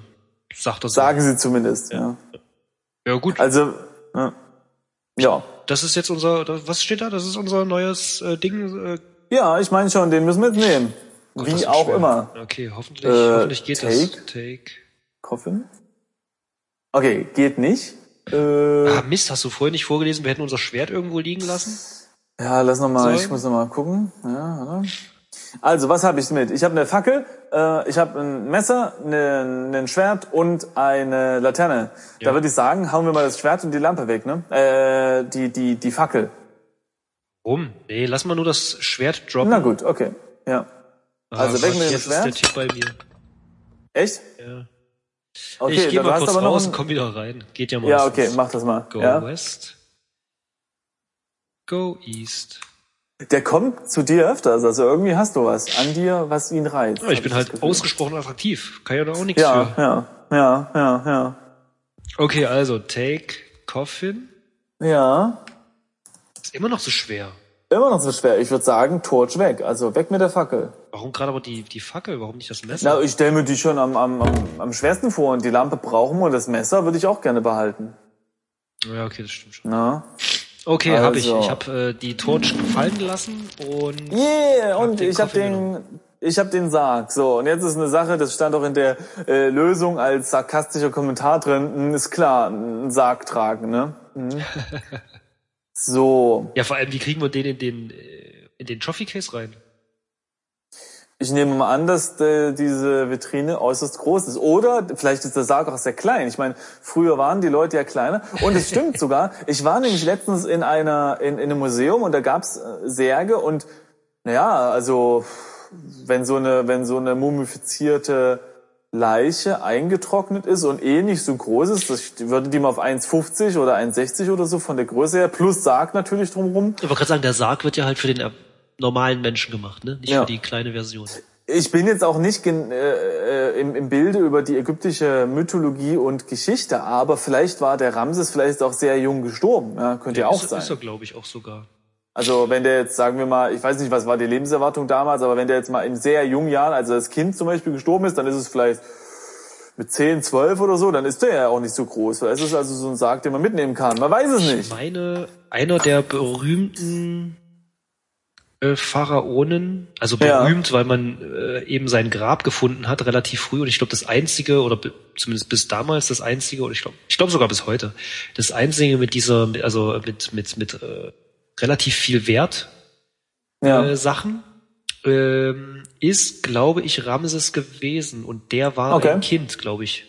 Speaker 2: Sagt das.
Speaker 1: sagen Sie zumindest. Ja.
Speaker 2: Ja, gut.
Speaker 1: Also ja. ja,
Speaker 2: Das ist jetzt unser, das, was steht da? Das ist unser neues äh, Ding. Äh,
Speaker 1: ja, ich meine schon, den müssen wir mitnehmen.
Speaker 2: Gott, das
Speaker 1: Wie
Speaker 2: ist
Speaker 1: auch
Speaker 2: schwer.
Speaker 1: immer.
Speaker 2: Okay, hoffentlich,
Speaker 1: Äh,
Speaker 2: hoffentlich geht das.
Speaker 1: take?
Speaker 2: Take.
Speaker 1: Coffin? Okay, geht nicht. Äh,
Speaker 2: Ah, Mist, hast du vorhin nicht vorgelesen, wir hätten unser Schwert irgendwo liegen lassen?
Speaker 1: ja, lass noch mal.
Speaker 2: So.
Speaker 1: Ich muss noch mal gucken. Ja, warte. Also, was habe ich mit? Ich habe eine Fackel, äh, ich habe ein Messer, ne- ein Schwert und eine Laterne.
Speaker 2: Ja.
Speaker 1: Da würde ich sagen, hauen wir mal das Schwert und die Lampe weg, ne? Äh, die die die Fackel.
Speaker 2: Warum? Nee, lass mal nur das Schwert droppen.
Speaker 1: Na gut, okay. Ja.
Speaker 2: Ah,
Speaker 1: also weg
Speaker 2: Gott,
Speaker 1: mit dem
Speaker 2: jetzt
Speaker 1: Schwert.
Speaker 2: ist der Tipp bei mir.
Speaker 1: Echt?
Speaker 2: Ja.
Speaker 1: Okay,
Speaker 2: ich gehe
Speaker 1: dann
Speaker 2: mal
Speaker 1: hast du
Speaker 2: kurz
Speaker 1: aber noch
Speaker 2: raus
Speaker 1: ein-
Speaker 2: und komm wieder rein. Geht ja mal.
Speaker 1: Ja, okay, mach das mal.
Speaker 2: Go
Speaker 1: Ja.
Speaker 2: West. Go East.
Speaker 1: Der kommt zu dir öfters, also irgendwie hast du was an dir, was ihn reizt.
Speaker 2: Ja, ich
Speaker 1: hab
Speaker 2: bin
Speaker 1: das
Speaker 2: halt
Speaker 1: Gefühl.
Speaker 2: ausgesprochen attraktiv. Kann ja da auch nichts
Speaker 1: Ja,
Speaker 2: für.
Speaker 1: ja, ja, ja, ja.
Speaker 2: Okay, also Take Coffin.
Speaker 1: Ja,
Speaker 2: Ist immer noch so schwer.
Speaker 1: immer noch so schwer. Ich würde sagen, Torch weg. Also weg mit der Fackel.
Speaker 2: Warum gerade aber die, die Fackel? Warum nicht das Messer?
Speaker 1: Na, ich stelle mir die schon am, am, am, am schwersten vor und die Lampe brauchen wir und das Messer würde ich auch gerne behalten.
Speaker 2: ja, okay, das stimmt schon.
Speaker 1: Na?
Speaker 2: Okay, habe ich.
Speaker 1: Also.
Speaker 2: Ich habe äh, die Torch fallen gelassen und
Speaker 1: Yeah, und
Speaker 2: den
Speaker 1: ich habe
Speaker 2: Koffer
Speaker 1: den, ich habe den Sarg. So, und jetzt ist eine Sache, das stand auch in der äh, Lösung als sarkastischer Kommentar drin. Hm, Ist klar, einen Sarg tragen, ne? Mhm. So,
Speaker 2: Ja, vor allem, wie kriegen wir den in den, äh, in den Trophy Case rein?
Speaker 1: ich nehme mal an, dass äh, diese Vitrine äußerst groß ist. Oder vielleicht ist der Sarg auch sehr klein. Ich meine, früher waren die Leute ja kleiner. Und es stimmt sogar. Ich war nämlich letztens in einer in, in einem Museum und da gab's äh, Särge und naja, also wenn so eine wenn so eine mumifizierte Leiche eingetrocknet ist und eh nicht so groß ist, das würde die mal auf 1,50 oder 1,60 oder so von der Größe her plus Sarg natürlich drumrum.
Speaker 2: Ich wollte gerade sagen, der Sarg wird ja halt für den äh, normalen Menschen gemacht, ne? Nicht
Speaker 1: Ja.
Speaker 2: für die kleine Version.
Speaker 1: Ich bin jetzt auch nicht gen- äh, äh, im, im Bilde über die ägyptische Mythologie und Geschichte, aber vielleicht war der Ramses vielleicht auch sehr jung gestorben. Ja, könnte ja auch
Speaker 2: ist,
Speaker 1: sein.
Speaker 2: Ist er, glaube ich, auch sogar.
Speaker 1: Also wenn der jetzt, sagen wir mal, ich weiß nicht, was war die Lebenserwartung damals, aber wenn der jetzt mal in sehr jungen Jahren, also als Kind zum Beispiel gestorben ist, dann ist es vielleicht mit 10, 12 oder so, dann ist der ja auch nicht so groß. Es ist also so ein Sarg, den man mitnehmen kann. Man weiß es
Speaker 2: Ich
Speaker 1: nicht.
Speaker 2: meine, einer der berühmten äh, Pharaonen, also
Speaker 1: Ja.
Speaker 2: berühmt, weil man äh, eben sein Grab gefunden hat, relativ früh. Und ich glaube, das einzige, oder bi- zumindest bis damals das einzige, oder ich glaube ich glaub sogar bis heute, das einzige mit dieser, also mit, mit, mit äh, relativ viel Wert, äh,
Speaker 1: Ja.
Speaker 2: Sachen ähm, ist, glaube ich, Ramses gewesen und der war
Speaker 1: Okay.
Speaker 2: ein Kind, glaube ich.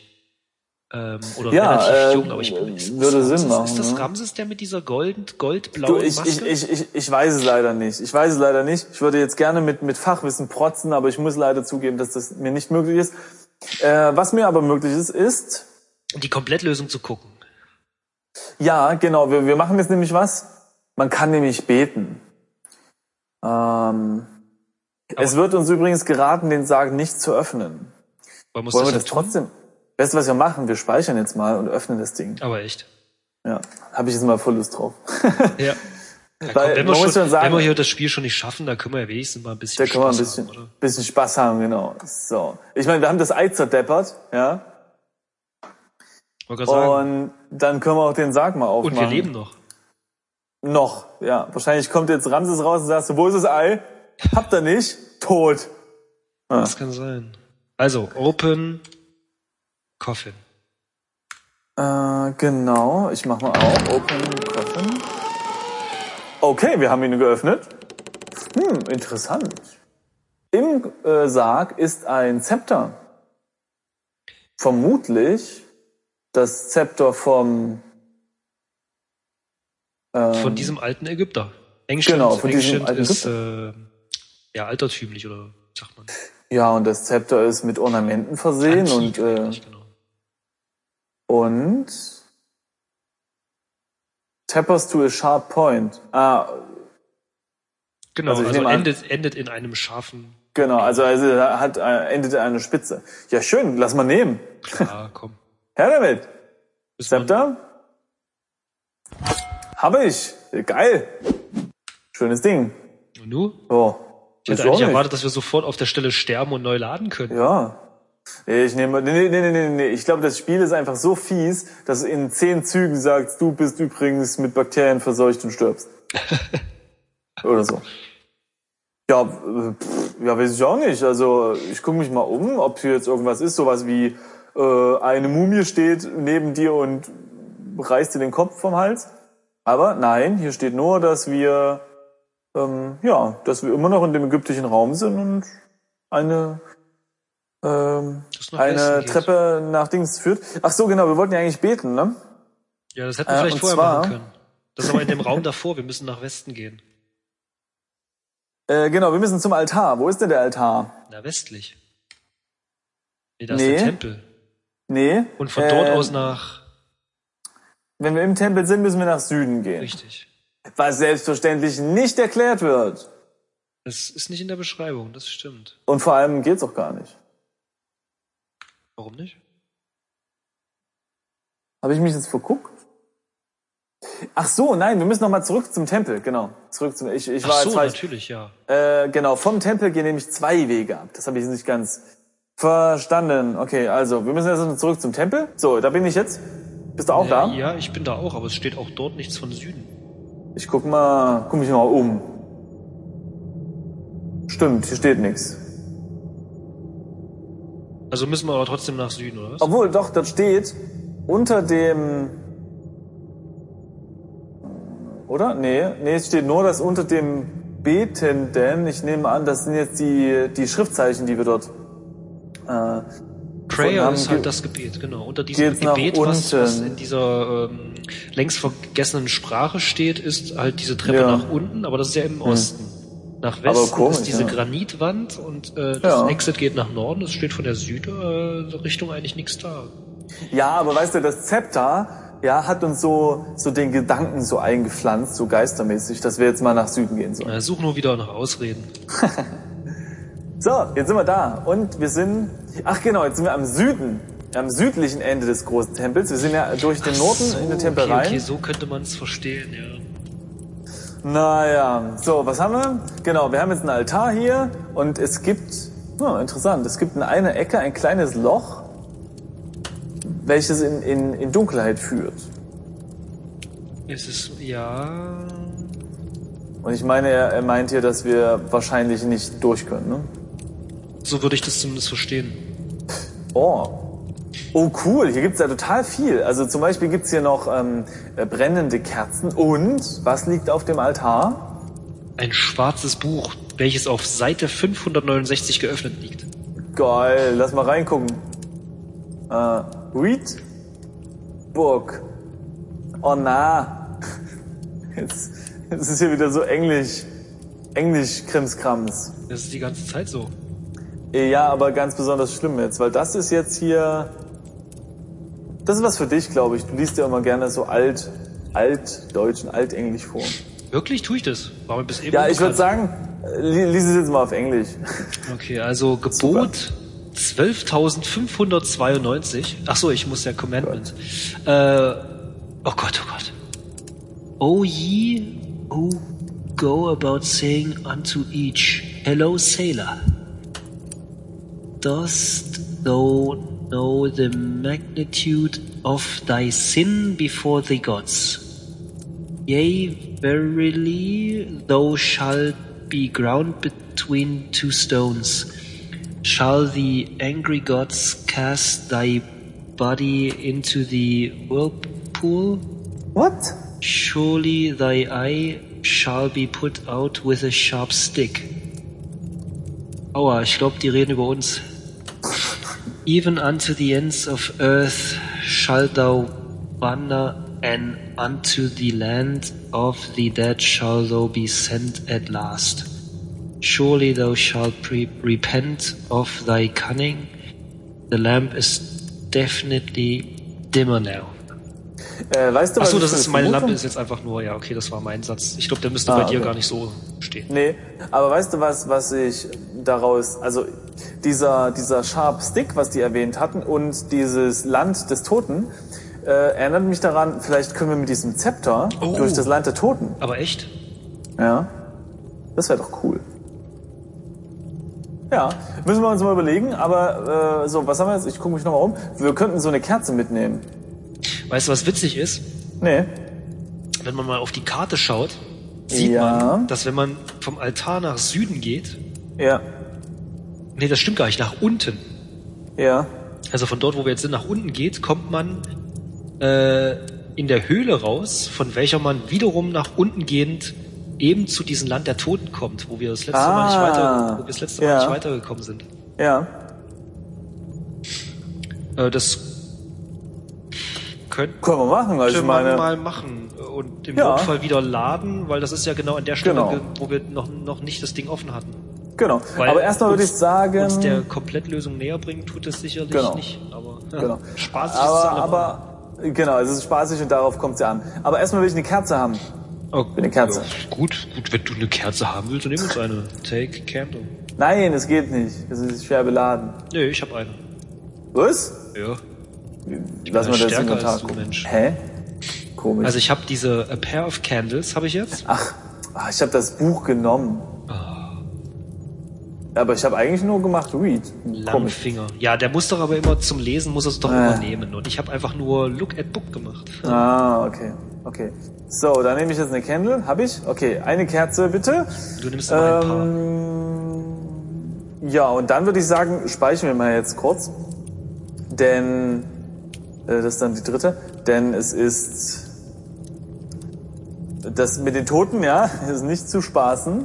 Speaker 2: Ähm, oder
Speaker 1: Ja,
Speaker 2: relativ
Speaker 1: äh,
Speaker 2: jung, aber ich bin, ist,
Speaker 1: würde
Speaker 2: ist,
Speaker 1: Sinn
Speaker 2: Ramses,
Speaker 1: machen,
Speaker 2: Ist das
Speaker 1: ne?
Speaker 2: Ramses, der mit dieser gold, goldblauen
Speaker 1: Du, ich,
Speaker 2: Maske?
Speaker 1: ich, ich, ich, ich weiß es leider nicht. Ich weiß es leider nicht. Ich würde jetzt gerne mit, mit Fachwissen protzen, aber ich muss leider zugeben, dass das mir nicht möglich ist. Äh, was mir aber möglich ist, ist,
Speaker 2: die Komplettlösung zu gucken.
Speaker 1: ja, genau, wir, wir machen jetzt nämlich was. Man kann nämlich beten. Ähm, es wird uns übrigens geraten, den Sarg nicht zu öffnen.
Speaker 2: Man muss
Speaker 1: Wollen wir
Speaker 2: das
Speaker 1: das
Speaker 2: dann tun?
Speaker 1: trotzdem? Weißt du, was wir machen? Wir speichern jetzt mal und öffnen das Ding.
Speaker 2: Aber echt.
Speaker 1: Ja, habe ich jetzt mal voll Lust drauf.
Speaker 2: Ja. Ja, komm,
Speaker 1: Weil man
Speaker 2: wenn, wir
Speaker 1: muss
Speaker 2: schon,
Speaker 1: schon sagen-
Speaker 2: wenn wir hier das Spiel schon nicht schaffen, dann können wir ja wenigstens mal ein bisschen
Speaker 1: Da können wir ein
Speaker 2: Spaß
Speaker 1: bisschen,
Speaker 2: haben, oder?
Speaker 1: bisschen Spaß haben, genau. So. Ich meine, wir haben das Ei zerdeppert, ja.
Speaker 2: Wollte gerade sagen.
Speaker 1: Und dann können wir auch den Sarg mal
Speaker 2: Und
Speaker 1: aufmachen.
Speaker 2: wir leben noch.
Speaker 1: Noch, ja. Wahrscheinlich kommt jetzt Ramses raus und sagst, wo ist das Ei? Habt ihr nicht? Tot. Ah.
Speaker 2: Das kann sein. Also, Open Coffin.
Speaker 1: Äh, genau. Ich mach mal auf. Open Coffin. Okay, wir haben ihn geöffnet. Hm, interessant. Im äh, Sarg ist ein Zepter. Vermutlich das Zepter vom
Speaker 2: Von diesem alten Ägypter. Ancient,
Speaker 1: Ähm, Genau, von diesem
Speaker 2: Ancient
Speaker 1: alten
Speaker 2: ist äh, ja altertümlich, oder sagt man.
Speaker 1: Ja, und das Zepter ist mit Ornamenten versehen und,
Speaker 2: Antik
Speaker 1: äh,
Speaker 2: eigentlich, genau.
Speaker 1: und tappers to a sharp point. Ah,
Speaker 2: Genau,
Speaker 1: also
Speaker 2: also,
Speaker 1: ich nehme an-
Speaker 2: endet, endet in einem scharfen,
Speaker 1: genau, also, also er hat äh, endet in einer Spitze. Ja, schön, lass mal nehmen.
Speaker 2: klar, komm.
Speaker 1: Her damit.
Speaker 2: Müssen wir-
Speaker 1: Zepter? Habe ich. Geil. Schönes Ding.
Speaker 2: Und du?
Speaker 1: So.
Speaker 2: Ich hätte
Speaker 1: Ist auch
Speaker 2: eigentlich
Speaker 1: nicht.
Speaker 2: erwartet, dass wir sofort auf der Stelle sterben und neu laden können.
Speaker 1: Ja. Nee, ich nehme, nee, nee, nee, nee, nee. Ich glaube, das Spiel ist einfach so fies, dass du in zehn Zügen sagst, du bist übrigens mit Bakterien verseucht und stirbst. Oder so. Ja, äh, pff, ja, weiß ich auch nicht. Also, ich gucke mich mal um, ob hier jetzt irgendwas ist. Sowas wie, äh, eine Mumie steht neben dir und reißt dir den Kopf vom Hals. Aber nein, hier steht nur, dass wir, ähm, ja, dass wir immer noch in dem ägyptischen Raum sind und eine ähm,
Speaker 2: Dass nach Westen
Speaker 1: eine
Speaker 2: geht.
Speaker 1: Treppe nach Dings führt. Ach so, genau, wir wollten ja eigentlich beten, ne?
Speaker 2: Ja, das hätten wir
Speaker 1: Äh,
Speaker 2: vielleicht
Speaker 1: und
Speaker 2: vorher
Speaker 1: zwar-
Speaker 2: machen können. Das ist aber in dem Raum davor, wir müssen nach Westen gehen.
Speaker 1: Äh, genau, wir müssen zum Altar. Wo ist denn der Altar?
Speaker 2: Na, westlich. Nee, da ist
Speaker 1: Nee.
Speaker 2: der Tempel.
Speaker 1: Nee.
Speaker 2: Und von dort
Speaker 1: äh,
Speaker 2: aus nach...
Speaker 1: Wenn wir im Tempel sind, müssen wir nach Süden gehen.
Speaker 2: Richtig.
Speaker 1: Was selbstverständlich nicht erklärt wird.
Speaker 2: Das ist nicht in der Beschreibung, das stimmt.
Speaker 1: Und vor allem geht's auch gar nicht.
Speaker 2: Warum nicht?
Speaker 1: Habe ich mich jetzt verguckt? Ach so, nein, wir müssen noch mal zurück zum Tempel, genau. Zurück zum ich, ich war
Speaker 2: Ach so,
Speaker 1: jetzt falsch.
Speaker 2: natürlich, ja.
Speaker 1: Äh, genau, vom Tempel gehen nämlich zwei Wege ab. Das habe ich nicht ganz verstanden. Okay, also, wir müssen jetzt noch zurück zum Tempel. So, da bin ich jetzt. Bist du auch da?
Speaker 2: Ja, ja, ich bin da auch, aber es steht auch dort nichts von Süden.
Speaker 1: Ich guck mal, guck mich mal um. Stimmt, hier steht nichts.
Speaker 2: Also müssen wir aber trotzdem nach Süden, oder was?
Speaker 1: Obwohl, doch, dort steht unter dem. Oder? Nee, nee, es steht nur, dass unter dem Betenden, ich nehme an, das sind jetzt die, die Schriftzeichen, die wir dort. Äh,
Speaker 2: Prayer
Speaker 1: Vornamen
Speaker 2: ist halt
Speaker 1: ge-
Speaker 2: das Gebet, genau. Unter diesem
Speaker 1: geht's nach
Speaker 2: Gebet, was, was
Speaker 1: unten.
Speaker 2: in dieser ähm, längst vergessenen Sprache steht, ist halt diese Treppe
Speaker 1: Ja. Hm.
Speaker 2: nach unten, aber das ist ja im Osten. Nach
Speaker 1: Aber
Speaker 2: Westen
Speaker 1: komisch,
Speaker 2: ist diese
Speaker 1: ja.
Speaker 2: Granitwand und äh, das
Speaker 1: Ja.
Speaker 2: Exit geht nach Norden, es steht von der Südrichtung äh, Richtung eigentlich nichts da.
Speaker 1: Ja, aber weißt du, das Zepter, ja, hat uns so, so den Gedanken so eingepflanzt, so geistermäßig, dass wir jetzt mal nach Süden gehen sollen.
Speaker 2: Na, such nur wieder nach Ausreden.
Speaker 1: So, jetzt sind wir da. Und wir sind, ach genau, jetzt sind wir am Süden. Am südlichen Ende des großen Tempels. Wir sind ja durch den Norden
Speaker 2: So,
Speaker 1: in den Tempel
Speaker 2: okay,
Speaker 1: rein.
Speaker 2: okay, so könnte man es verstehen, ja.
Speaker 1: Naja, so, was haben wir? Genau, wir haben jetzt einen Altar hier und es gibt, oh, interessant, es gibt in einer Ecke ein kleines Loch, welches in, in, in Dunkelheit führt.
Speaker 2: Es ist, ja...
Speaker 1: Und ich meine, er, er meint hier, dass wir wahrscheinlich nicht durch können, ne?
Speaker 2: So würde ich das zumindest verstehen.
Speaker 1: Oh. Oh cool, hier gibt's ja total viel. Also zum Beispiel gibt's hier noch ähm, äh, brennende Kerzen und was liegt auf dem Altar?
Speaker 2: Ein schwarzes Buch, welches auf Seite 569 geöffnet liegt.
Speaker 1: Geil, lass mal reingucken. Äh, read Burg. Oh na. Jetzt, jetzt ist hier wieder so englisch. Englisch Krimskrams.
Speaker 2: Das ist die ganze Zeit so.
Speaker 1: Ja, aber ganz besonders schlimm jetzt, weil das ist jetzt hier. Das ist was für dich, glaube ich. Du liest ja immer gerne so alt, altdeutsch und altenglisch vor.
Speaker 2: Wirklich tue ich das? War mir bis eben
Speaker 1: Ja, ich würde
Speaker 2: unbekannt.
Speaker 1: sagen, äh, li- lies es jetzt mal auf Englisch.
Speaker 2: Okay, also Gebot 12.592. Ach so, ich muss ja Commandment. Äh, oh Gott, oh Gott. O ye who go about saying unto each, Hello, sailor. Dost thou know the magnitude of thy sin before the gods? Yea, verily, thou shalt be ground between two stones. Shall the angry gods cast thy body into the whirlpool?
Speaker 1: What?
Speaker 2: Surely thy eye shall be put out with a sharp stick. Aua, ich glaube, die reden über uns. Even unto the ends of earth shall thou wander, and unto the land of the dead shall thou be sent at last. Surely thou shalt pre- repent of thy cunning. The lamp is definitely dimmer now.
Speaker 1: Äh, weißt du,
Speaker 2: Achso,
Speaker 1: was
Speaker 2: das
Speaker 1: ich
Speaker 2: ist
Speaker 1: für
Speaker 2: meine
Speaker 1: eine
Speaker 2: Lampe
Speaker 1: Vermutung-
Speaker 2: ist jetzt einfach nur, ja, okay, das war mein Satz. Ich glaube, der müsste
Speaker 1: Ah,
Speaker 2: bei dir
Speaker 1: okay.
Speaker 2: gar nicht so stehen.
Speaker 1: Nee, aber weißt du was, was ich daraus, also dieser, dieser Sharp Stick, was die erwähnt hatten und dieses Land des Toten, äh, erinnert mich daran, vielleicht können wir mit diesem Zepter
Speaker 2: Oh.
Speaker 1: durch das Land der Toten.
Speaker 2: Aber echt?
Speaker 1: Ja. Das wäre doch cool. Ja, müssen wir uns mal überlegen, aber äh, so, was haben wir jetzt? Ich gucke mich nochmal um. Wir könnten so eine Kerze mitnehmen.
Speaker 2: Weißt du, was witzig ist?
Speaker 1: Nee.
Speaker 2: Wenn man mal auf die Karte schaut, sieht
Speaker 1: Ja.
Speaker 2: man, dass wenn man vom Altar nach Süden geht,
Speaker 1: Ja.
Speaker 2: nee, das stimmt gar nicht, nach unten,
Speaker 1: Ja.
Speaker 2: also von dort, wo wir jetzt sind, nach unten geht, kommt man äh, in der Höhle raus, von welcher man wiederum nach unten gehend eben zu diesem Land der Toten kommt, wo wir das letzte Mal nicht
Speaker 1: Ah.
Speaker 2: weiter, wo wir das letzte
Speaker 1: Ja.
Speaker 2: Mal nicht weitergekommen sind.
Speaker 1: Ja.
Speaker 2: Äh, das könnte
Speaker 1: Können wir machen, also ich
Speaker 2: könnte man
Speaker 1: meine.
Speaker 2: mal machen und im
Speaker 1: Ja.
Speaker 2: Notfall wieder laden, weil das ist ja genau an der Stelle,
Speaker 1: Genau.
Speaker 2: ge- wo wir noch, noch nicht das Ding offen hatten.
Speaker 1: Genau.
Speaker 2: Weil
Speaker 1: aber erstmal würde ich
Speaker 2: uns-
Speaker 1: sagen.
Speaker 2: Uns der Komplettlösung näher bringen tut es sicherlich
Speaker 1: Genau.
Speaker 2: nicht, aber ja,
Speaker 1: Genau.
Speaker 2: Spaß ist es
Speaker 1: aber,
Speaker 2: allemal.
Speaker 1: aber genau, es ist spaßig und darauf kommt es ja an. Aber erstmal will ich eine Kerze haben.
Speaker 2: Oh,
Speaker 1: Eine Kerze.
Speaker 2: ja, Gut, gut, wenn du eine Kerze haben willst, dann nimm uns eine. Take candle.
Speaker 1: Nein, es geht nicht. Es ist schwer beladen.
Speaker 2: Nö, ich habe eine.
Speaker 1: Was?
Speaker 2: Ja.
Speaker 1: Lass
Speaker 2: bin
Speaker 1: mal das
Speaker 2: stärker
Speaker 1: Inventar
Speaker 2: als du,
Speaker 1: gucken.
Speaker 2: Mensch.
Speaker 1: Hä? Komisch.
Speaker 2: Also ich habe diese A Pair of Candles habe ich jetzt.
Speaker 1: Ach, ah, ich habe das Buch genommen.
Speaker 2: Ah.
Speaker 1: Aber ich habe eigentlich nur gemacht Read. Komisch.
Speaker 2: Langfinger. Ja, der muss doch aber immer zum Lesen muss er es doch
Speaker 1: Ah.
Speaker 2: immer nehmen und ich habe einfach nur Look at Book gemacht.
Speaker 1: Ah, okay. Okay. So, dann nehme ich jetzt eine Candle. Habe ich? Okay, eine Kerze bitte.
Speaker 2: Du nimmst aber ein paar.
Speaker 1: Ähm, ja, und dann würde ich sagen, speichern wir mal jetzt kurz. Denn äh, das ist dann die dritte. Denn es ist das mit den Toten, ja, ist nicht zu spaßen.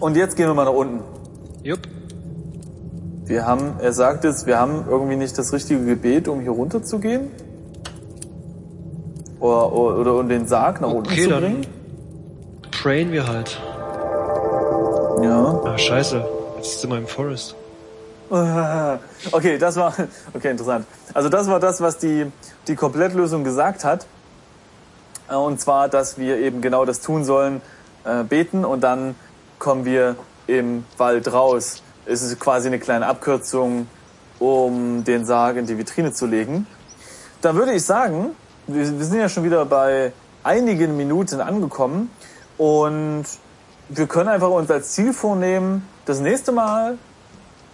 Speaker 1: Und jetzt gehen wir mal nach unten.
Speaker 2: Jupp.
Speaker 1: Wir haben, er sagt jetzt, wir haben irgendwie nicht das richtige Gebet, um hier runter zu gehen. Oder, oder, oder um den Sarg nach unten
Speaker 2: Okay,
Speaker 1: zu
Speaker 2: dann-
Speaker 1: bringen.
Speaker 2: Prayen wir halt.
Speaker 1: Ja.
Speaker 2: Ah, scheiße. Jetzt sind wir im Forest.
Speaker 1: Okay, das war okay interessant. Also das war das, was die die Komplettlösung gesagt hat. Äh, Und zwar, dass wir eben genau das tun sollen, äh, beten und dann kommen wir im Wald raus. Es ist quasi eine kleine Abkürzung, um den Sarg in die Vitrine zu legen. Dann würde ich sagen, wir, wir sind ja schon wieder bei einigen Minuten angekommen und wir können einfach uns als Ziel vornehmen, das nächste Mal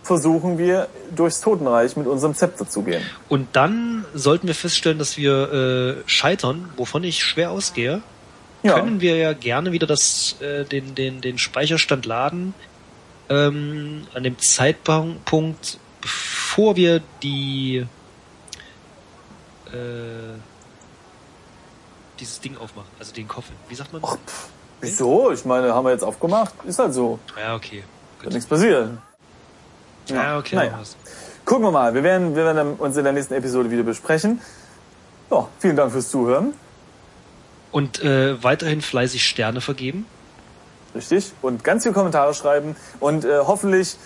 Speaker 1: versuchen wir, durchs Totenreich mit unserem Zepter zu gehen.
Speaker 2: Und dann sollten wir feststellen, dass wir äh, scheitern, wovon ich schwer ausgehe.
Speaker 1: Ja.
Speaker 2: Können wir ja gerne wieder das, äh, den, den, den Speicherstand laden. Ähm, an dem Zeitpunkt, bevor wir die äh, dieses Ding aufmachen, also den Koffer. Wie sagt man?
Speaker 1: Och, pff, wieso? Ich meine, haben wir jetzt aufgemacht. Ist halt so.
Speaker 2: Ja, okay.
Speaker 1: Wird
Speaker 2: Gut.
Speaker 1: nichts passiert.
Speaker 2: Ja, okay.
Speaker 1: Naja.
Speaker 2: machen wir's.
Speaker 1: Gucken wir mal. Wir werden, wir werden uns in der nächsten Episode wieder besprechen. Ja, vielen Dank fürs Zuhören.
Speaker 2: Und äh, weiterhin fleißig Sterne vergeben.
Speaker 1: Richtig. Und ganz viele Kommentare schreiben. Und äh, hoffentlich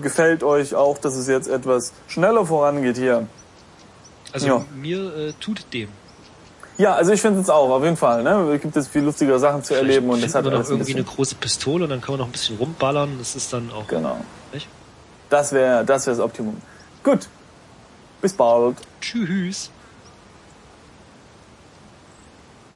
Speaker 1: gefällt euch auch, dass es jetzt etwas schneller vorangeht hier.
Speaker 2: Also
Speaker 1: Ja.
Speaker 2: mir äh, tut dem.
Speaker 1: Ja, also ich finde es auch, auf jeden Fall. Ne? Es gibt jetzt viel lustigere Sachen zu erleben und das
Speaker 2: Vielleicht
Speaker 1: hat
Speaker 2: finden wir
Speaker 1: alles
Speaker 2: noch
Speaker 1: ein
Speaker 2: irgendwie eine
Speaker 1: bisschen...
Speaker 2: große Pistole und dann können wir noch ein bisschen rumballern. Das ist dann auch
Speaker 1: Genau.
Speaker 2: Nicht?
Speaker 1: Das wäre das, wär das Optimum. Gut. Bis bald.
Speaker 2: Tschüss.